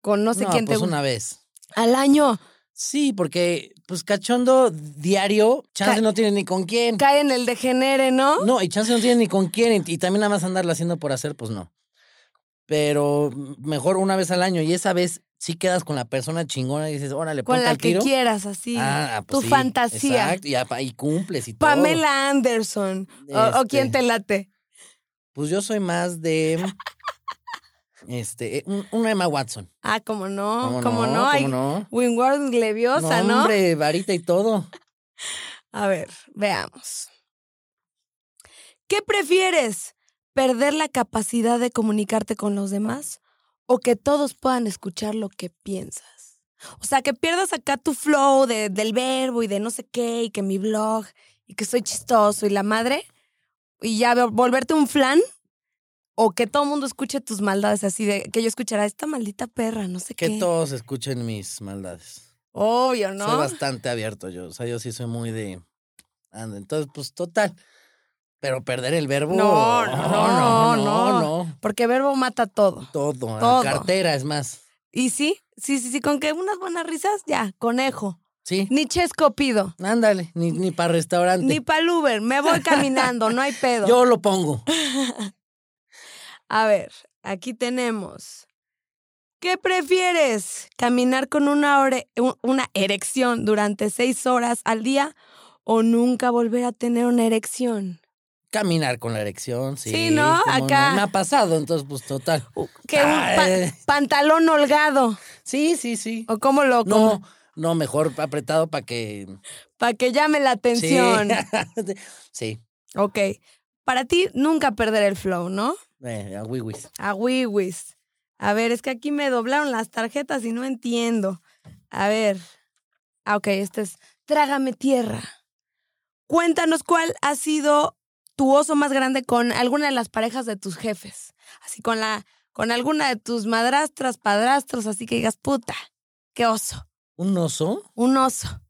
[SPEAKER 3] con no sé quién te
[SPEAKER 4] pues
[SPEAKER 3] gusta.
[SPEAKER 4] una vez.
[SPEAKER 3] Al año
[SPEAKER 4] Sí, porque pues cachondo diario, chance
[SPEAKER 3] Ca-
[SPEAKER 4] no tiene ni con quién.
[SPEAKER 3] cae en el degenere, ¿no?
[SPEAKER 4] No, y chance no tiene ni con quién. Y y también nada más andarla haciendo por hacer, pues no. Pero mm, mejor una vez al año. Y esa vez sí quedas con la persona chingona y dices, órale,
[SPEAKER 3] con
[SPEAKER 4] ponte
[SPEAKER 3] la
[SPEAKER 4] al
[SPEAKER 3] que
[SPEAKER 4] tiro.
[SPEAKER 3] quieras, así.
[SPEAKER 4] Ah, pues
[SPEAKER 3] tu
[SPEAKER 4] sí,
[SPEAKER 3] fantasía.
[SPEAKER 4] Exacto, y, apa- y cumples y todo.
[SPEAKER 3] Pamela Anderson. O, o
[SPEAKER 4] Este.
[SPEAKER 3] quién te late.
[SPEAKER 4] Pues yo soy más de... Este, eh, un, una Emma Watson.
[SPEAKER 3] Ah, como no,
[SPEAKER 4] ¿Cómo
[SPEAKER 3] como no,
[SPEAKER 4] ¿Cómo
[SPEAKER 3] hay
[SPEAKER 4] no?
[SPEAKER 3] Wingward Leviosa, ¿no?
[SPEAKER 4] hombre, varita y todo.
[SPEAKER 3] A ver, veamos. ¿Qué prefieres? ¿Perder la capacidad de comunicarte con los demás o que todos puedan escuchar lo que piensas? O sea, que pierdas acá tu flow de- del verbo y de no sé qué y que mi blog y que soy chistoso y la madre y ya vo- volverte un flan o que todo el mundo escuche tus maldades así de que yo escuchará esta maldita perra, no sé
[SPEAKER 4] Que
[SPEAKER 3] qué.
[SPEAKER 4] todos escuchen mis maldades.
[SPEAKER 3] Obvio, ¿no?
[SPEAKER 4] Soy bastante abierto yo. O sea, yo sí soy muy de. Anda, entonces, pues total. Pero perder el verbo.
[SPEAKER 3] No, no, no, no.
[SPEAKER 4] no.
[SPEAKER 3] Porque verbo mata todo.
[SPEAKER 4] Todo. la
[SPEAKER 3] Todo.
[SPEAKER 4] cartera, es más.
[SPEAKER 3] Y sí, sí, sí, sí, con que unas buenas risas, ya, conejo.
[SPEAKER 4] Sí.
[SPEAKER 3] Ni chesco pido,
[SPEAKER 4] Ándale, ni, ni para restaurante.
[SPEAKER 3] ni pa'l Uber, me voy caminando, no hay pedo.
[SPEAKER 4] yo lo pongo.
[SPEAKER 3] A ver, aquí tenemos. ¿Qué prefieres? ¿Caminar con una, ore- u- una erección durante seis horas al día o nunca volver a tener una erección?
[SPEAKER 4] Caminar con la erección, sí.
[SPEAKER 3] Sí, ¿no?
[SPEAKER 4] cómo
[SPEAKER 3] Acá.
[SPEAKER 4] Me ha pasado, entonces, pues total.
[SPEAKER 3] Que un pa-
[SPEAKER 4] Ay.
[SPEAKER 3] pantalón holgado
[SPEAKER 4] Sí, sí, sí.
[SPEAKER 3] o cómo lo
[SPEAKER 4] No, no, mejor apretado para que.
[SPEAKER 3] para que llame la
[SPEAKER 4] Sí.
[SPEAKER 3] atención.
[SPEAKER 4] sí.
[SPEAKER 3] Ok. Para ti nunca perder el flow, ¿no?
[SPEAKER 4] Eh, a wiwis.
[SPEAKER 3] A Wiwis. A ver, es que aquí me doblaron las tarjetas y no entiendo. A ver. Ah, ok, este es Trágame Tierra. Cuéntanos cuál ha sido tu oso más grande con alguna de las parejas de tus jefes. Así con la, con alguna de tus madrastras, padrastros, así que digas, puta, qué oso,
[SPEAKER 4] ¿Un oso?
[SPEAKER 3] un oso.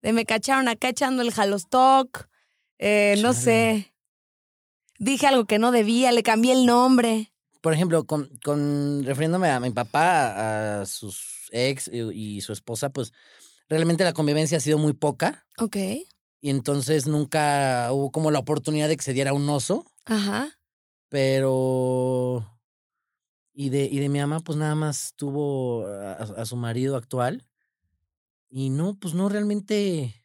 [SPEAKER 3] De me cacharon acá echando el jalostoc, eh, no
[SPEAKER 4] Chale.
[SPEAKER 3] sé. Dije algo que no debía, le cambié el nombre.
[SPEAKER 4] Por ejemplo, con, con refiriéndome a mi papá, a sus ex y, y su esposa, pues realmente la convivencia ha sido muy poca
[SPEAKER 3] Ok.
[SPEAKER 4] y entonces nunca hubo como la oportunidad de que se diera un oso,
[SPEAKER 3] Ajá.
[SPEAKER 4] pero... Y de, y de mi mamá, pues nada más tuvo a, a su marido actual. Y no, pues no, realmente...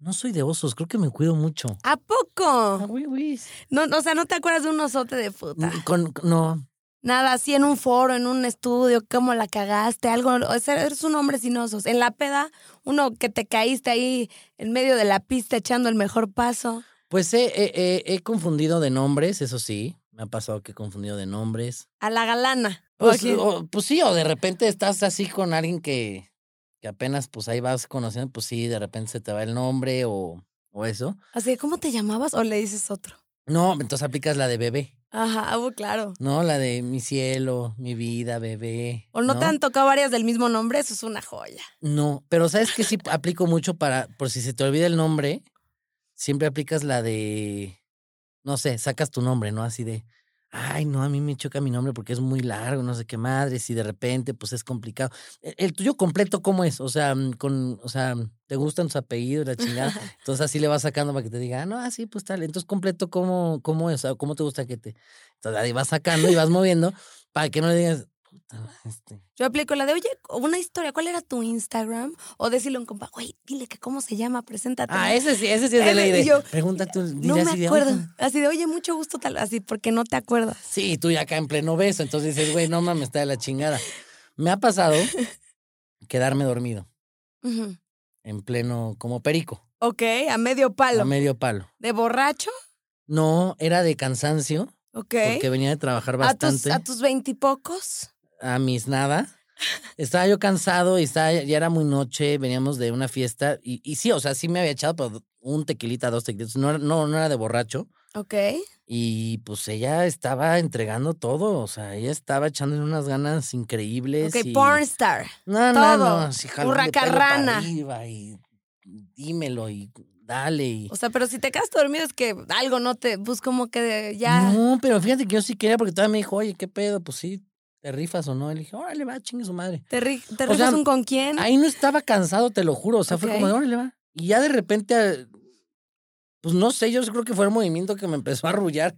[SPEAKER 4] No soy de osos, creo que me cuido mucho.
[SPEAKER 3] ¿A
[SPEAKER 4] Ah,
[SPEAKER 3] poco?
[SPEAKER 4] güey, güey.
[SPEAKER 3] No, no, o sea, ¿no te acuerdas de un osote de puta?
[SPEAKER 4] Con- no,
[SPEAKER 3] Nada, así en un foro, en un estudio, cómo la cagaste, algo. o sea, Eres un hombre sin osos. En la peda, uno que te caíste ahí en medio de la pista echando el mejor paso.
[SPEAKER 4] Pues he, he- he- he confundido de nombres, eso sí. Me ha pasado que he confundido de nombres.
[SPEAKER 3] A la galana.
[SPEAKER 4] Pues,
[SPEAKER 3] Oye,
[SPEAKER 4] o- pues sí, o de repente estás así con alguien que, que apenas pues ahí vas conociendo, pues sí, de repente se te va el nombre o, o eso.
[SPEAKER 3] Así, ¿cómo te llamabas o le dices otro?
[SPEAKER 4] No, entonces aplicas la de bebé,
[SPEAKER 3] Ajá, ah, bueno, claro.
[SPEAKER 4] ¿no? La de mi cielo, mi vida, bebé.
[SPEAKER 3] O no, te han tocado varias del mismo nombre, eso es una joya.
[SPEAKER 4] No, pero sabes que sí aplico mucho para, por si se te olvida el nombre, siempre aplicas la de, no sé, sacas tu nombre, ¿no? Así de, ay, no, a mí me choca mi nombre porque es muy largo, no sé qué madre, si de repente, pues es complicado. El, el tuyo completo, ¿cómo es? O sea, mm, con, o sea, te gustan tus apellidos, la chingada. Entonces así le vas sacando para que te diga, ah, no, así, pues tal. Entonces completo, ¿cómo, cómo es? O sea, ¿cómo te gusta que te? Entonces ahí vas sacando y vas moviendo para que no le digas, puta, este.
[SPEAKER 3] Yo aplico la de, oye, una historia, ¿cuál era tu Instagram? O decirle a un compa, güey, dile que cómo se llama, preséntate.
[SPEAKER 4] Ah, ese sí, ese sí es de
[SPEAKER 3] Ese-
[SPEAKER 4] ley. de,
[SPEAKER 3] y yo,
[SPEAKER 4] Pregunta tú,
[SPEAKER 3] No
[SPEAKER 4] dile
[SPEAKER 3] me
[SPEAKER 4] así de,
[SPEAKER 3] acuerdo.
[SPEAKER 4] "Oye".
[SPEAKER 3] Así de, oye, mucho gusto, tal, así, porque no te acuerdas.
[SPEAKER 4] Sí, tú ya acá en pleno beso, entonces dices, güey, no mames, está de la chingada. Me ha pasado quedarme dormido
[SPEAKER 3] Ujú.
[SPEAKER 4] en pleno, como perico,
[SPEAKER 3] Ok, a medio palo.
[SPEAKER 4] a medio palo.
[SPEAKER 3] ¿De borracho?
[SPEAKER 4] No, era de cansancio,
[SPEAKER 3] Ok.
[SPEAKER 4] porque venía de trabajar
[SPEAKER 3] ¿A tus,
[SPEAKER 4] bastante,
[SPEAKER 3] a tus veintipocos?
[SPEAKER 4] a mis nada. Estaba yo cansado y estaba, ya era muy noche, veníamos de una fiesta y, y sí, o sea, sí me había echado pero un tequilita, dos tequilitas, no, era- no, no era de borracho.
[SPEAKER 3] Ok.
[SPEAKER 4] Y pues ella estaba entregando todo, o sea, ella estaba echándole unas ganas increíbles.
[SPEAKER 3] Ok,
[SPEAKER 4] y...
[SPEAKER 3] pornstar.
[SPEAKER 4] No, no,
[SPEAKER 3] todo.
[SPEAKER 4] no, así jalón de pelo para
[SPEAKER 3] Hurracarrana.
[SPEAKER 4] arriba y dímelo y dale. y-
[SPEAKER 3] O sea, pero si te quedas dormido es que algo no te... Pues como que ya...
[SPEAKER 4] No, pero fíjate que yo sí quería porque todavía me dijo, oye, ¿qué pedo? Pues sí, ¿te rifas o no? Y le dije, órale, va, chingue su madre.
[SPEAKER 3] ¿Te, ri- te
[SPEAKER 4] O
[SPEAKER 3] rifas
[SPEAKER 4] sea,
[SPEAKER 3] un con quién?
[SPEAKER 4] Ahí no estaba cansado, te lo juro. O sea,
[SPEAKER 3] Ok.
[SPEAKER 4] fue como, de, órale, va. Y ya de repente, eh, pues no sé, yo creo que fue el movimiento que me empezó a arrullar.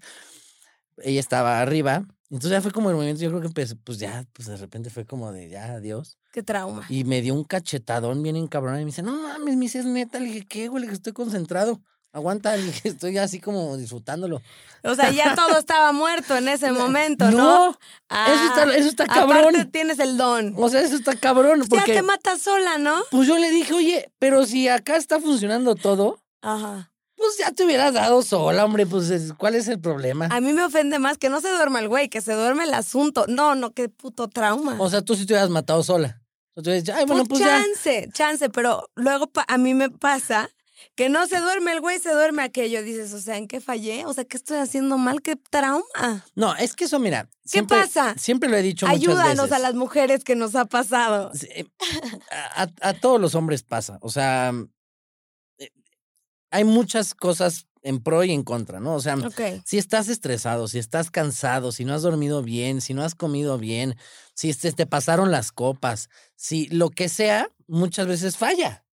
[SPEAKER 4] Ella estaba arriba. Entonces ya fue como el movimiento, yo creo que empezó, pues ya, pues de repente fue como de ya, adiós.
[SPEAKER 3] Qué trauma.
[SPEAKER 4] Y me dio un cachetadón bien encabrón y me dice, no mames, me dice, es neta. Le dije, ¿qué, güey? Le dije, estoy concentrado. Aguanta, dije, estoy así como disfrutándolo.
[SPEAKER 3] O sea, ya todo estaba muerto en ese momento, ¿no? Ah,
[SPEAKER 4] No, eso está- eso está cabrón.
[SPEAKER 3] Aparte tienes el don.
[SPEAKER 4] O sea, eso está cabrón.
[SPEAKER 3] ya
[SPEAKER 4] Porque,
[SPEAKER 3] te matas sola, ¿no?
[SPEAKER 4] pues yo le dije, oye, pero si acá está funcionando todo,
[SPEAKER 3] Ajá.
[SPEAKER 4] pues ya te hubieras dado sola, hombre, pues es- ¿cuál es el problema?
[SPEAKER 3] A mí me ofende más que no se duerma el güey, que se duerme el asunto. No, no, qué puto trauma.
[SPEAKER 4] O sea, tú sí te hubieras matado sola. O te hubieras dicho, ay, bueno,
[SPEAKER 3] Pues
[SPEAKER 4] pues ya.
[SPEAKER 3] chance, chance, pero luego pa- a mí me pasa que no se duerme el güey, se duerme aquello. Dices, o sea, ¿en qué fallé? O sea, ¿qué estoy haciendo mal? ¿Qué trauma?
[SPEAKER 4] No, es que eso, mira.
[SPEAKER 3] ¿Qué
[SPEAKER 4] siempre-
[SPEAKER 3] pasa?
[SPEAKER 4] Siempre lo he dicho muchas
[SPEAKER 3] Ayúdanos
[SPEAKER 4] veces.
[SPEAKER 3] a las mujeres que nos ha pasado.
[SPEAKER 4] Sí, eh, A, a- a todos los hombres pasa. O sea, eh, hay muchas cosas en pro y en contra, ¿no? O sea,
[SPEAKER 3] Ok.
[SPEAKER 4] si estás estresado, si estás cansado, si no has dormido bien, si no has comido bien, si te, te pasaron las copas, si lo que sea, muchas veces falla.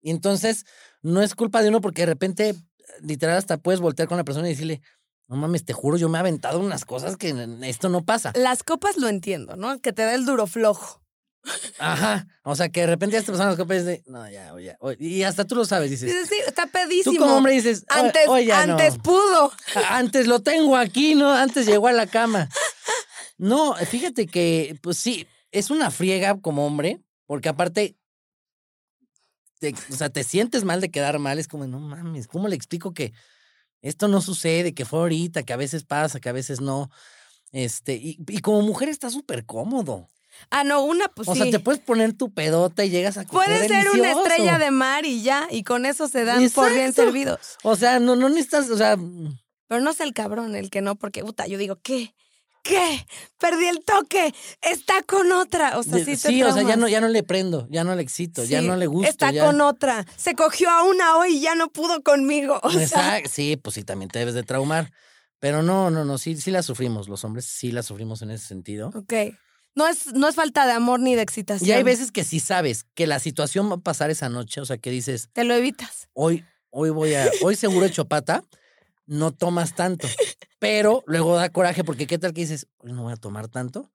[SPEAKER 4] Y entonces no es culpa de uno porque de repente, literal, hasta puedes voltear con la persona y decirle, no mames, te juro, yo me he aventado unas cosas que n- esto no pasa.
[SPEAKER 3] Las copas lo entiendo, ¿no? Que te da el duro flojo.
[SPEAKER 4] Ajá. O sea, que de repente ya te pasaron las copas y dices, no, ya, oye, oye", Y hasta tú lo sabes, dices.
[SPEAKER 3] Dices, sí, está
[SPEAKER 4] Tú
[SPEAKER 3] pedísimo.
[SPEAKER 4] como hombre dices, "Oye,
[SPEAKER 3] antes
[SPEAKER 4] oye, ya no".
[SPEAKER 3] antes pudo.
[SPEAKER 4] Antes lo tengo aquí, ¿no? Antes llegó a la cama. No, fíjate que, pues sí, es una friega como hombre, porque aparte, te- o sea, te sientes mal de quedar mal, es como, no mames, ¿cómo le explico que esto no sucede, que fue ahorita, que a veces pasa, que a veces no? Este, y, y como mujer está súper cómodo.
[SPEAKER 3] Ah, no, una, pues
[SPEAKER 4] o
[SPEAKER 3] sí.
[SPEAKER 4] sea, te puedes poner tu pedota y llegas a coger
[SPEAKER 3] Puedes ser una
[SPEAKER 4] delicioso.
[SPEAKER 3] estrella de mar y ya, y con eso se dan por bien
[SPEAKER 4] Exacto.
[SPEAKER 3] servidos.
[SPEAKER 4] O sea, no, no necesitas, o sea,
[SPEAKER 3] Pero no es el cabrón el que no, porque, puta, yo digo, ¿qué? ¿Qué? Perdí el toque, está con otra. O sea,
[SPEAKER 4] de-
[SPEAKER 3] sí, te
[SPEAKER 4] sí, o sea, ya
[SPEAKER 3] traumas.
[SPEAKER 4] no, ya no le prendo, ya no le excito, ya
[SPEAKER 3] Sí,
[SPEAKER 4] no le gusto.
[SPEAKER 3] Está
[SPEAKER 4] ya-
[SPEAKER 3] con otra. Se cogió a una hoy y ya no pudo conmigo. O sea,
[SPEAKER 4] Exacto, Sí, pues sí, también te debes de traumar. Pero no, no, no, sí, sí la sufrimos, los hombres sí la sufrimos en ese sentido.
[SPEAKER 3] ok. No es, no es falta de amor ni de excitación.
[SPEAKER 4] Y hay veces que sí sabes que la situación va a pasar esa noche, o sea, que dices,
[SPEAKER 3] Te lo evitas.
[SPEAKER 4] hoy, hoy voy a, hoy seguro hecho pata, no tomas tanto. Pero luego da coraje porque qué tal que dices, hoy no voy a tomar tanto,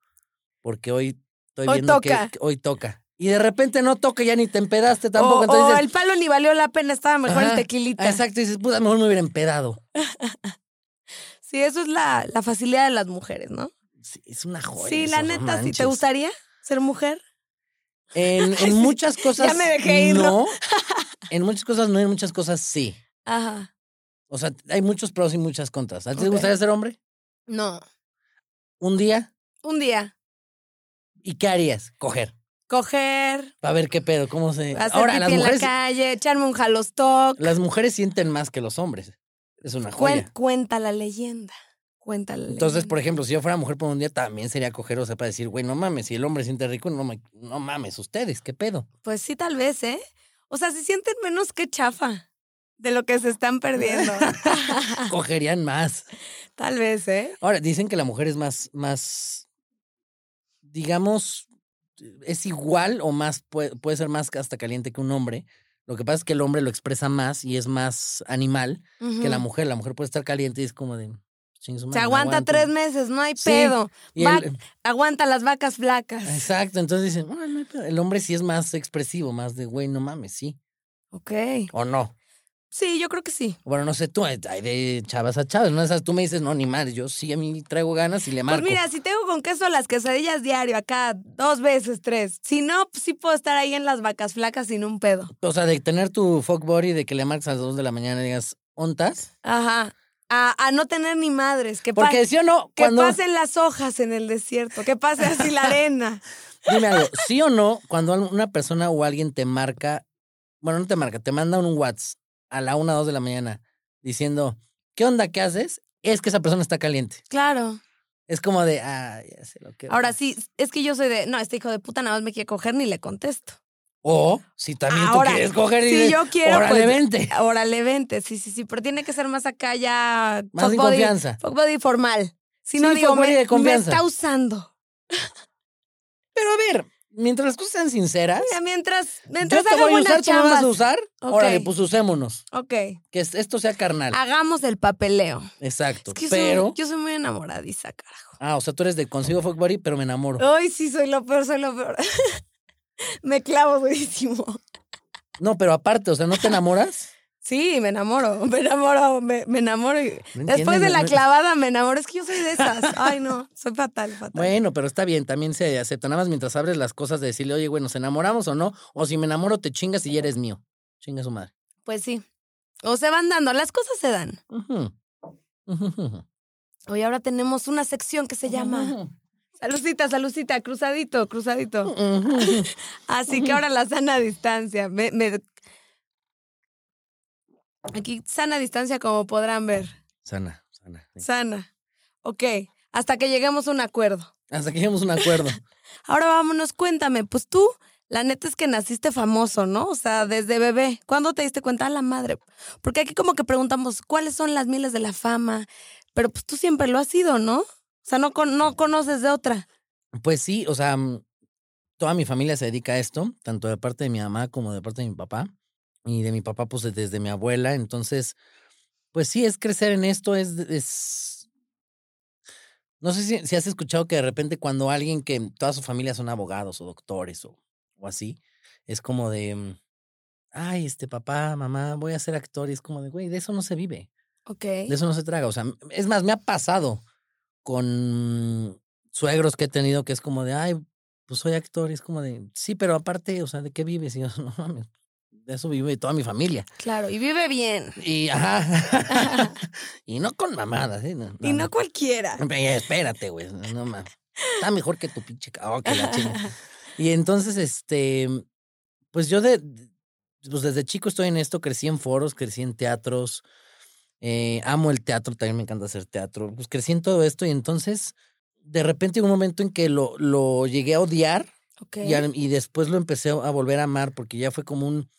[SPEAKER 4] porque hoy estoy
[SPEAKER 3] Hoy
[SPEAKER 4] viendo
[SPEAKER 3] toca.
[SPEAKER 4] Que, que hoy toca. Y de repente no toca, ya ni te empedaste
[SPEAKER 3] o,
[SPEAKER 4] tampoco. entonces
[SPEAKER 3] o
[SPEAKER 4] dices,
[SPEAKER 3] el palo ni valió la pena, estaba mejor el
[SPEAKER 4] Ajá,
[SPEAKER 3] tequilita.
[SPEAKER 4] Exacto, dices, puta, mejor me hubiera empedado.
[SPEAKER 3] Sí, eso es la, la facilidad de las mujeres, ¿no?
[SPEAKER 4] Sí, es una joya.
[SPEAKER 3] sí, la
[SPEAKER 4] eso, no
[SPEAKER 3] neta, si te
[SPEAKER 4] manches.
[SPEAKER 3] gustaría ser mujer.
[SPEAKER 4] En, en muchas cosas.
[SPEAKER 3] me dejé ir, ¿no?
[SPEAKER 4] No. En muchas cosas no, en muchas cosas sí.
[SPEAKER 3] Ajá.
[SPEAKER 4] O sea, hay muchos pros y muchas contras. ¿A ti te
[SPEAKER 3] Ok.
[SPEAKER 4] gustaría ser hombre?
[SPEAKER 3] No.
[SPEAKER 4] Un día.
[SPEAKER 3] Un día,
[SPEAKER 4] ¿Y qué harías? Coger.
[SPEAKER 3] coger,
[SPEAKER 4] Para ver qué pedo, cómo se.
[SPEAKER 3] Hacer
[SPEAKER 4] Eh, Ahora,
[SPEAKER 3] pipí
[SPEAKER 4] las
[SPEAKER 3] en la
[SPEAKER 4] mujeres.
[SPEAKER 3] calle, echarme un jalostoc.
[SPEAKER 4] Las mujeres sienten más que los hombres. Es una joya.
[SPEAKER 3] Cuen- cuenta la leyenda. Cuenta la
[SPEAKER 4] Entonces,
[SPEAKER 3] leyenda.
[SPEAKER 4] por ejemplo, si yo fuera mujer por un día, también sería coger, o sea, para decir, güey, no mames, si el hombre siente rico, no, ma- no mames, ustedes, ¿qué pedo?
[SPEAKER 3] Pues sí, tal vez, ¿eh? O sea, si sienten menos que chafa de lo que se están perdiendo. Ah.
[SPEAKER 4] Cogerían más.
[SPEAKER 3] tal vez, ¿eh?
[SPEAKER 4] Ahora, dicen que la mujer es más, más, digamos, es igual o más, puede, puede ser más hasta caliente que un hombre. Lo que pasa es que el hombre lo expresa más y es más animal que la
[SPEAKER 3] Ujú.
[SPEAKER 4] mujer. La mujer puede estar caliente y es como de... "Chingue
[SPEAKER 3] Se
[SPEAKER 4] su madre, no
[SPEAKER 3] aguanta
[SPEAKER 4] aguanto".
[SPEAKER 3] tres meses, no hay
[SPEAKER 4] Sí,
[SPEAKER 3] pedo.
[SPEAKER 4] Y
[SPEAKER 3] Va-
[SPEAKER 4] el-
[SPEAKER 3] Aguanta las vacas flacas.
[SPEAKER 4] exacto, entonces dicen, "Ah, no hay pedo". el hombre sí es más expresivo, más de, güey, no mames, sí.
[SPEAKER 3] Ok.
[SPEAKER 4] O no.
[SPEAKER 3] Sí, yo creo que sí.
[SPEAKER 4] Bueno, no sé tú, hay hay de chavas a chavas, ¿no? Esas tú me dices, no, ni madre, yo sí a mí traigo ganas y le marco.
[SPEAKER 3] Pues mira, si tengo con queso las quesadillas diario, acá dos veces, tres. Si no, pues sí puedo estar ahí en las vacas flacas sin un pedo.
[SPEAKER 4] O sea, de tener tu fuck body, de que le marques a las 2 de la mañana y digas, ¿ontas?
[SPEAKER 3] Ajá. A, a no tener ni madres. Que pa-
[SPEAKER 4] Porque sí o no,
[SPEAKER 3] Que
[SPEAKER 4] cuando.
[SPEAKER 3] pasen las hojas en el desierto, que pase así la arena.
[SPEAKER 4] Dime algo, sí o no, cuando al- una persona o alguien te marca, bueno, no te marca, te manda un WhatsApp a la 1 o 2 de la mañana diciendo, ¿qué onda? ¿Qué haces? Es que esa persona está caliente.
[SPEAKER 3] Claro.
[SPEAKER 4] Es como de, ah, ya sé lo que.
[SPEAKER 3] Ahora sí, es que yo soy de, no, este hijo de puta nada más me quiere coger ni le contesto.
[SPEAKER 4] O si también
[SPEAKER 3] Ahora,
[SPEAKER 4] tú quieres coger y
[SPEAKER 3] si
[SPEAKER 4] dices,
[SPEAKER 3] yo quiero,
[SPEAKER 4] órale,
[SPEAKER 3] pues,
[SPEAKER 4] vente.
[SPEAKER 3] Órale, vente, sí, sí, sí, pero tiene que ser más acá ya.
[SPEAKER 4] Más de
[SPEAKER 3] fuck buddy-
[SPEAKER 4] confianza.
[SPEAKER 3] fuck buddy formal. Si no
[SPEAKER 4] Sí,
[SPEAKER 3] digo,
[SPEAKER 4] fuck buddy
[SPEAKER 3] me,
[SPEAKER 4] de
[SPEAKER 3] me
[SPEAKER 4] confianza.
[SPEAKER 3] está usando.
[SPEAKER 4] Pero a ver, mientras las cosas sean sinceras,
[SPEAKER 3] Mira, mientras,
[SPEAKER 4] yo
[SPEAKER 3] mientras
[SPEAKER 4] te
[SPEAKER 3] haga
[SPEAKER 4] voy a
[SPEAKER 3] buenas
[SPEAKER 4] usar, tú me vas
[SPEAKER 3] chambas.
[SPEAKER 4] a usar.
[SPEAKER 3] Ok.
[SPEAKER 4] Órale, pues usémonos.
[SPEAKER 3] Ok,
[SPEAKER 4] Que es- esto sea carnal.
[SPEAKER 3] hagamos el papeleo.
[SPEAKER 4] Exacto.
[SPEAKER 3] Es que
[SPEAKER 4] pero.
[SPEAKER 3] soy, yo soy muy enamoradiza, carajo.
[SPEAKER 4] Ah, o sea, tú eres de consigo fuck buddy, pero me enamoro.
[SPEAKER 3] Ay, sí, soy lo peor, soy lo peor. me clavo durísimo.
[SPEAKER 4] No, pero aparte, o sea, ¿no te enamoras?
[SPEAKER 3] Sí, me enamoro, me enamoro, me, me enamoro. y-
[SPEAKER 4] entiendes,
[SPEAKER 3] Después de
[SPEAKER 4] no-
[SPEAKER 3] la
[SPEAKER 4] no-
[SPEAKER 3] clavada me enamoro. Es que yo soy de esas. Ay, no, soy fatal, fatal.
[SPEAKER 4] Bueno, pero está bien, también se acepta. Nada más mientras abres las cosas de decirle, oye, güey, ¿nos enamoramos o no? O si me enamoro, te chingas y ya eres mío. Chinga su madre.
[SPEAKER 3] Pues sí. O se van dando, las cosas se dan.
[SPEAKER 4] Ujú. Ujú.
[SPEAKER 3] Hoy ahora tenemos una sección que se llama Salucita, salucita, cruzadito, cruzadito.
[SPEAKER 4] Ujú.
[SPEAKER 3] Así que ahora la sana distancia. Me, me- Aquí sana distancia como podrán ver.
[SPEAKER 4] Sana, sana. sí.
[SPEAKER 3] Sana. Ok, hasta que lleguemos a un acuerdo.
[SPEAKER 4] Hasta que lleguemos a un acuerdo.
[SPEAKER 3] Ahora vámonos, cuéntame, pues tú, la neta es que naciste famoso, ¿no? O sea, desde bebé. ¿Cuándo te diste cuenta? A la madre. Porque aquí como que preguntamos, ¿cuáles son las miles de la fama? Pero pues tú siempre lo has sido, ¿no? O sea, no, con- no conoces de otra.
[SPEAKER 4] Pues sí, o sea, mm, toda mi familia se dedica a esto, tanto de parte de mi mamá como de parte de mi papá. Y de mi papá, pues desde mi abuela. Entonces, pues sí, es crecer en esto, es... es- No sé si, si has escuchado que de repente cuando alguien que toda su familia son abogados o doctores o, o así, es como de, mm, ay, este papá, mamá, voy a ser actor. Y es como de, güey, de eso no se vive.
[SPEAKER 3] Ok.
[SPEAKER 4] De eso no se traga. O sea, es más, me ha pasado con suegros que he tenido que es como de, ay, pues soy actor. Y es como de, sí, pero aparte, o sea, ¿de qué vives? Y yo, no mames, de eso vive toda mi familia.
[SPEAKER 3] Claro, y vive bien.
[SPEAKER 4] Y, ajá. y no con mamadas, ¿eh? No,
[SPEAKER 3] Y no cualquiera.
[SPEAKER 4] Ve, Espérate, güey. No mames. Está mejor que tu pinche. ca- Oh, que la chinga. Y entonces, este. Pues yo de. Pues desde chico estoy en esto, crecí en foros, crecí en teatros. eh, amo el teatro, también me encanta hacer teatro. Pues crecí en todo esto y entonces. De repente hubo un momento en que lo, lo llegué a odiar
[SPEAKER 3] Ok.
[SPEAKER 4] y, al- y después lo empecé a volver a amar porque ya fue como un...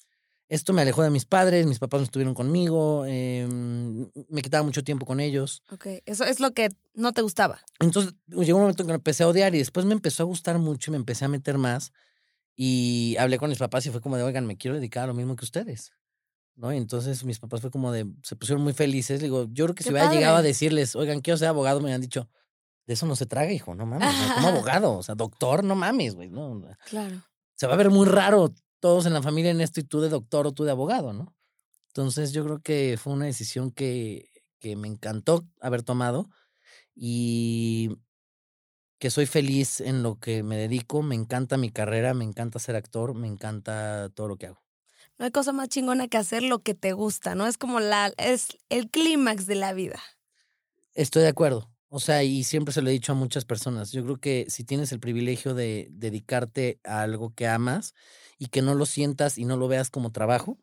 [SPEAKER 4] Esto me alejó de mis padres, mis papás no estuvieron conmigo, em, me quitaba mucho tiempo con ellos.
[SPEAKER 3] Ok, eso es lo que no te gustaba.
[SPEAKER 4] Entonces llegó un momento en que lo empecé a odiar y después me empezó a gustar mucho y me empecé a meter más. Y hablé con mis papás y fue como de, oigan, me quiero dedicar a lo mismo que ustedes. ¿No? Y entonces mis papás fue como de, se pusieron muy felices. Le Digo, yo creo que si
[SPEAKER 3] Qué
[SPEAKER 4] hubiera llegado a
[SPEAKER 3] padre.
[SPEAKER 4] decirles, oigan, quiero ser abogado, me han dicho, de eso no se traga, hijo, no mames. o sea, como abogado, o sea, doctor, no mames, güey. No, no.
[SPEAKER 3] Claro.
[SPEAKER 4] se va a ver muy raro todos en la familia en esto y tú de doctor o tú de abogado, ¿no? Entonces yo creo que fue una decisión que, que me encantó haber tomado y que soy feliz en lo que me dedico, me encanta mi carrera, me encanta ser actor, me encanta todo lo que hago.
[SPEAKER 3] No hay cosa más chingona que hacer lo que te gusta, ¿no? Es como la, es el clímax de la vida.
[SPEAKER 4] Estoy de acuerdo. O sea, y siempre se lo he dicho a muchas personas. Yo creo que si tienes el privilegio de dedicarte a algo que amas y que no lo sientas y no lo veas como trabajo,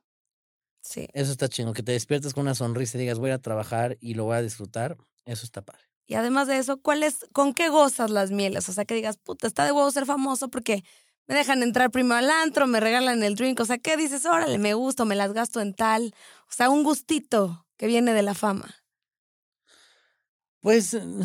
[SPEAKER 3] Sí.
[SPEAKER 4] Eso está chino, que te despiertes con una sonrisa y digas, voy a ir a trabajar y lo voy a disfrutar, eso está padre.
[SPEAKER 3] Y además de eso, ¿cuál es, ¿con qué gozas las mieles? O sea, que digas, puta, está de huevo ser famoso porque me dejan entrar primero al antro, me regalan el drink. O sea, ¿qué dices? Órale, me gusto, me las gasto en tal. O sea, un gustito que viene de la fama.
[SPEAKER 4] Pues, mm,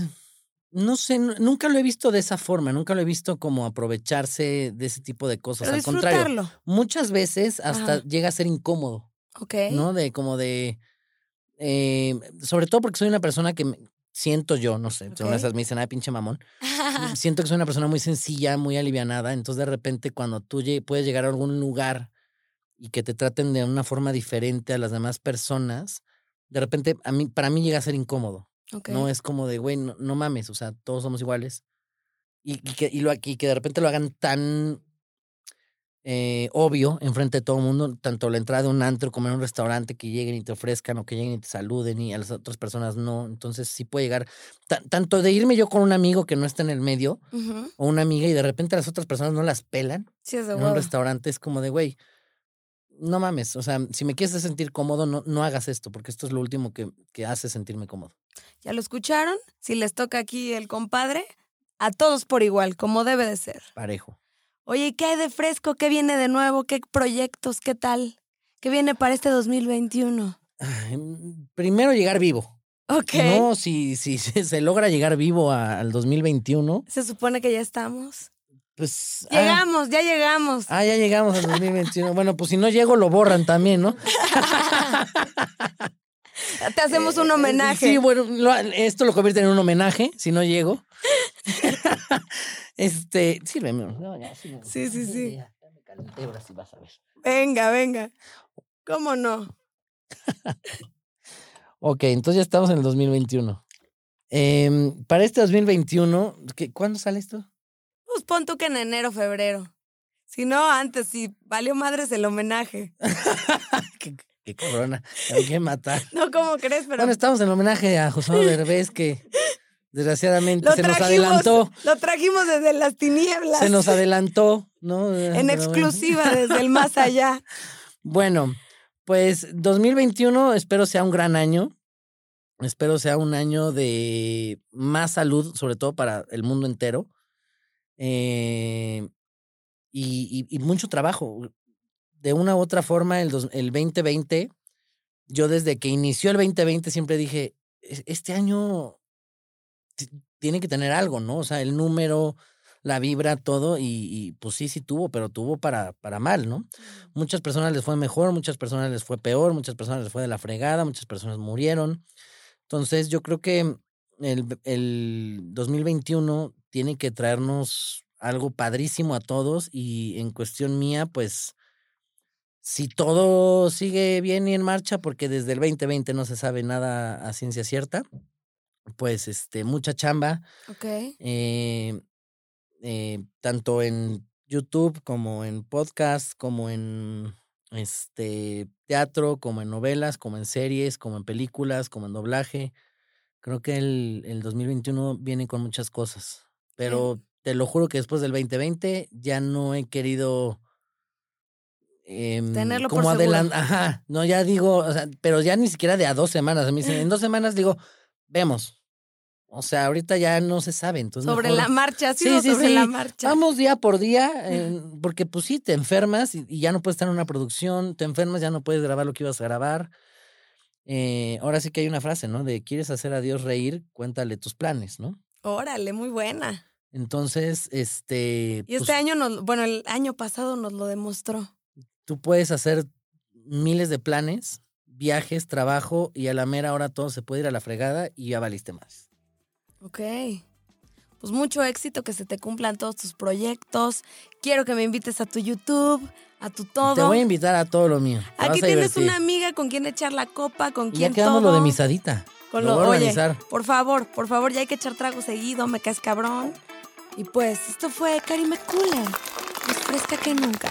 [SPEAKER 4] no sé, nu- nunca lo he visto de esa forma, nunca lo he visto como aprovecharse de ese tipo de cosas.
[SPEAKER 3] Pero
[SPEAKER 4] Al contrario,
[SPEAKER 3] disfrutarlo.
[SPEAKER 4] muchas veces hasta
[SPEAKER 3] Ajá.
[SPEAKER 4] llega a ser incómodo,
[SPEAKER 3] Ok.
[SPEAKER 4] ¿no? De como de, eh, sobre todo porque soy una persona que me- siento yo, no sé, son
[SPEAKER 3] Ok.
[SPEAKER 4] esas me dicen, ay, pinche mamón. siento que soy una persona muy sencilla, muy alivianada. Entonces, de repente, cuando tú lle- puedes llegar a algún lugar y que te traten de una forma diferente a las demás personas, de repente, a mí, para mí llega a ser incómodo.
[SPEAKER 3] ok.
[SPEAKER 4] No es como de, güey, no, no mames, o sea, todos somos iguales. Y, y que, y lo, y que de repente lo hagan tan eh, obvio enfrente de todo el mundo, tanto la entrada de un antro como en un restaurante, que lleguen y te ofrezcan o que lleguen y te saluden y a las otras personas no. Entonces sí puede llegar, ta- tanto de irme yo con un amigo que no está en el medio
[SPEAKER 3] Ujú.
[SPEAKER 4] o una amiga y de repente las otras personas no las pelan
[SPEAKER 3] Sí, es de
[SPEAKER 4] en
[SPEAKER 3] huevo.
[SPEAKER 4] un restaurante, es como de, güey, no mames, o sea, si me quieres sentir cómodo, no, no hagas esto, porque esto es lo último que, que hace sentirme cómodo.
[SPEAKER 3] ¿Ya lo escucharon? Si les toca aquí el compadre, a todos por igual, como debe de ser.
[SPEAKER 4] Parejo.
[SPEAKER 3] Oye, ¿y ¿qué hay de fresco? ¿Qué viene de nuevo? ¿Qué proyectos? ¿Qué tal? ¿Qué viene para este 2021?
[SPEAKER 4] Ay, mm, Primero llegar vivo.
[SPEAKER 3] Ok.
[SPEAKER 4] No, si, si se se logra llegar vivo a- al 2021,
[SPEAKER 3] Se supone que ya estamos.
[SPEAKER 4] pues... ah,
[SPEAKER 3] Llegamos, ya llegamos.
[SPEAKER 4] Ah, ya llegamos al 2021. Bueno, pues si no llego, lo borran también, ¿no?
[SPEAKER 3] Te hacemos un homenaje.
[SPEAKER 4] Eh, Sí, bueno, lo- esto lo convierte en un homenaje, si no llego. este, sírveme. No, ya, sírveme.
[SPEAKER 3] Sí, sí, sí.
[SPEAKER 4] Ya, ya me calenté, ahora sí vas a ver.
[SPEAKER 3] Venga, venga. ¿Cómo no?
[SPEAKER 4] Ok, entonces ya estamos en el 2021. Em, para este 2021, ¿qué- ¿cuándo sale esto?
[SPEAKER 3] Pues pon tú que en enero, febrero. Si no, antes, si valió madres el homenaje.
[SPEAKER 4] Qué, qué cabrona, hay que matar.
[SPEAKER 3] No, ¿cómo crees? Pero
[SPEAKER 4] Bueno, este, estamos en homenaje a José Derbez que desgraciadamente
[SPEAKER 3] lo
[SPEAKER 4] se nos
[SPEAKER 3] trajimos.
[SPEAKER 4] adelantó,
[SPEAKER 3] Lo trajimos desde las tinieblas.
[SPEAKER 4] se nos adelantó, ¿no?
[SPEAKER 3] en
[SPEAKER 4] Pero bueno.
[SPEAKER 3] exclusiva desde el más allá.
[SPEAKER 4] Bueno, pues 2021 espero sea un gran año. Espero sea un año de más salud, sobre todo para el mundo entero. Eh, y, y- y mucho trabajo. De una u otra forma, el, dos- el 2020, yo desde que inició el 2020 siempre dije, "Es- este año ti- tiene que tener algo, ¿no? O sea, el número, la vibra, todo. Y, y, pues sí, sí tuvo, pero tuvo para, para mal, ¿no? Muchas personas les fue mejor, muchas personas les fue peor, muchas personas les fue de la fregada, muchas personas murieron. Entonces, yo creo que el, v- el 2021 tiene que traernos algo padrísimo a todos y en cuestión mía, pues, si todo sigue bien y en marcha, porque desde el 2020 no se sabe nada a ciencia cierta, pues, este, mucha chamba,
[SPEAKER 3] Ok.
[SPEAKER 4] eh, eh, tanto en YouTube como en podcast, como en este teatro, como en novelas, como en series, como en películas, como en doblaje. Creo que el, el 2021 viene con muchas cosas, pero te lo juro que después del 2020 ya no he querido em,
[SPEAKER 3] Tenerlo por
[SPEAKER 4] como
[SPEAKER 3] seguro.
[SPEAKER 4] adelan- Ajá, no, ya digo, o sea, pero ya ni siquiera de a dos semanas. A mí, en dos semanas digo, vemos. O sea, ahorita ya no se sabe. Entonces
[SPEAKER 3] Sobre
[SPEAKER 4] mejor-
[SPEAKER 3] la marcha, ha
[SPEAKER 4] Sí,
[SPEAKER 3] sido
[SPEAKER 4] sí,
[SPEAKER 3] sobre
[SPEAKER 4] sí.
[SPEAKER 3] la marcha.
[SPEAKER 4] Vamos día por día, en- porque pues sí, te enfermas y, y ya no puedes estar en una producción, te enfermas, ya no puedes grabar lo que ibas a grabar. Eh, ahora sí que hay una frase, ¿no? De quieres hacer a Dios reír, cuéntale tus planes, ¿no?
[SPEAKER 3] Órale, muy buena.
[SPEAKER 4] Entonces, este,
[SPEAKER 3] Y este
[SPEAKER 4] pues,
[SPEAKER 3] año nos, bueno, el año pasado nos lo demostró.
[SPEAKER 4] tú puedes hacer miles de planes, viajes, trabajo y a la mera hora todo se puede ir a la fregada y ya valiste más.
[SPEAKER 3] Ok. Pues mucho éxito, que se te cumplan todos tus proyectos. Quiero que me invites a tu YouTube, a tu todo.
[SPEAKER 4] Te voy a invitar a todo lo mío. te
[SPEAKER 3] Aquí
[SPEAKER 4] vas a
[SPEAKER 3] tienes
[SPEAKER 4] divertir.
[SPEAKER 3] una amiga con quien echar la copa, con
[SPEAKER 4] Y ya
[SPEAKER 3] quien
[SPEAKER 4] quedamos
[SPEAKER 3] todo.
[SPEAKER 4] lo de misadita.
[SPEAKER 3] Con
[SPEAKER 4] lo voy a
[SPEAKER 3] oye,
[SPEAKER 4] organizar.
[SPEAKER 3] por favor, por favor, ya hay que echar trago seguido, me caes cabrón. Y pues, esto fue Karime Cooler, más fresca que nunca.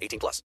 [SPEAKER 5] 18 plus.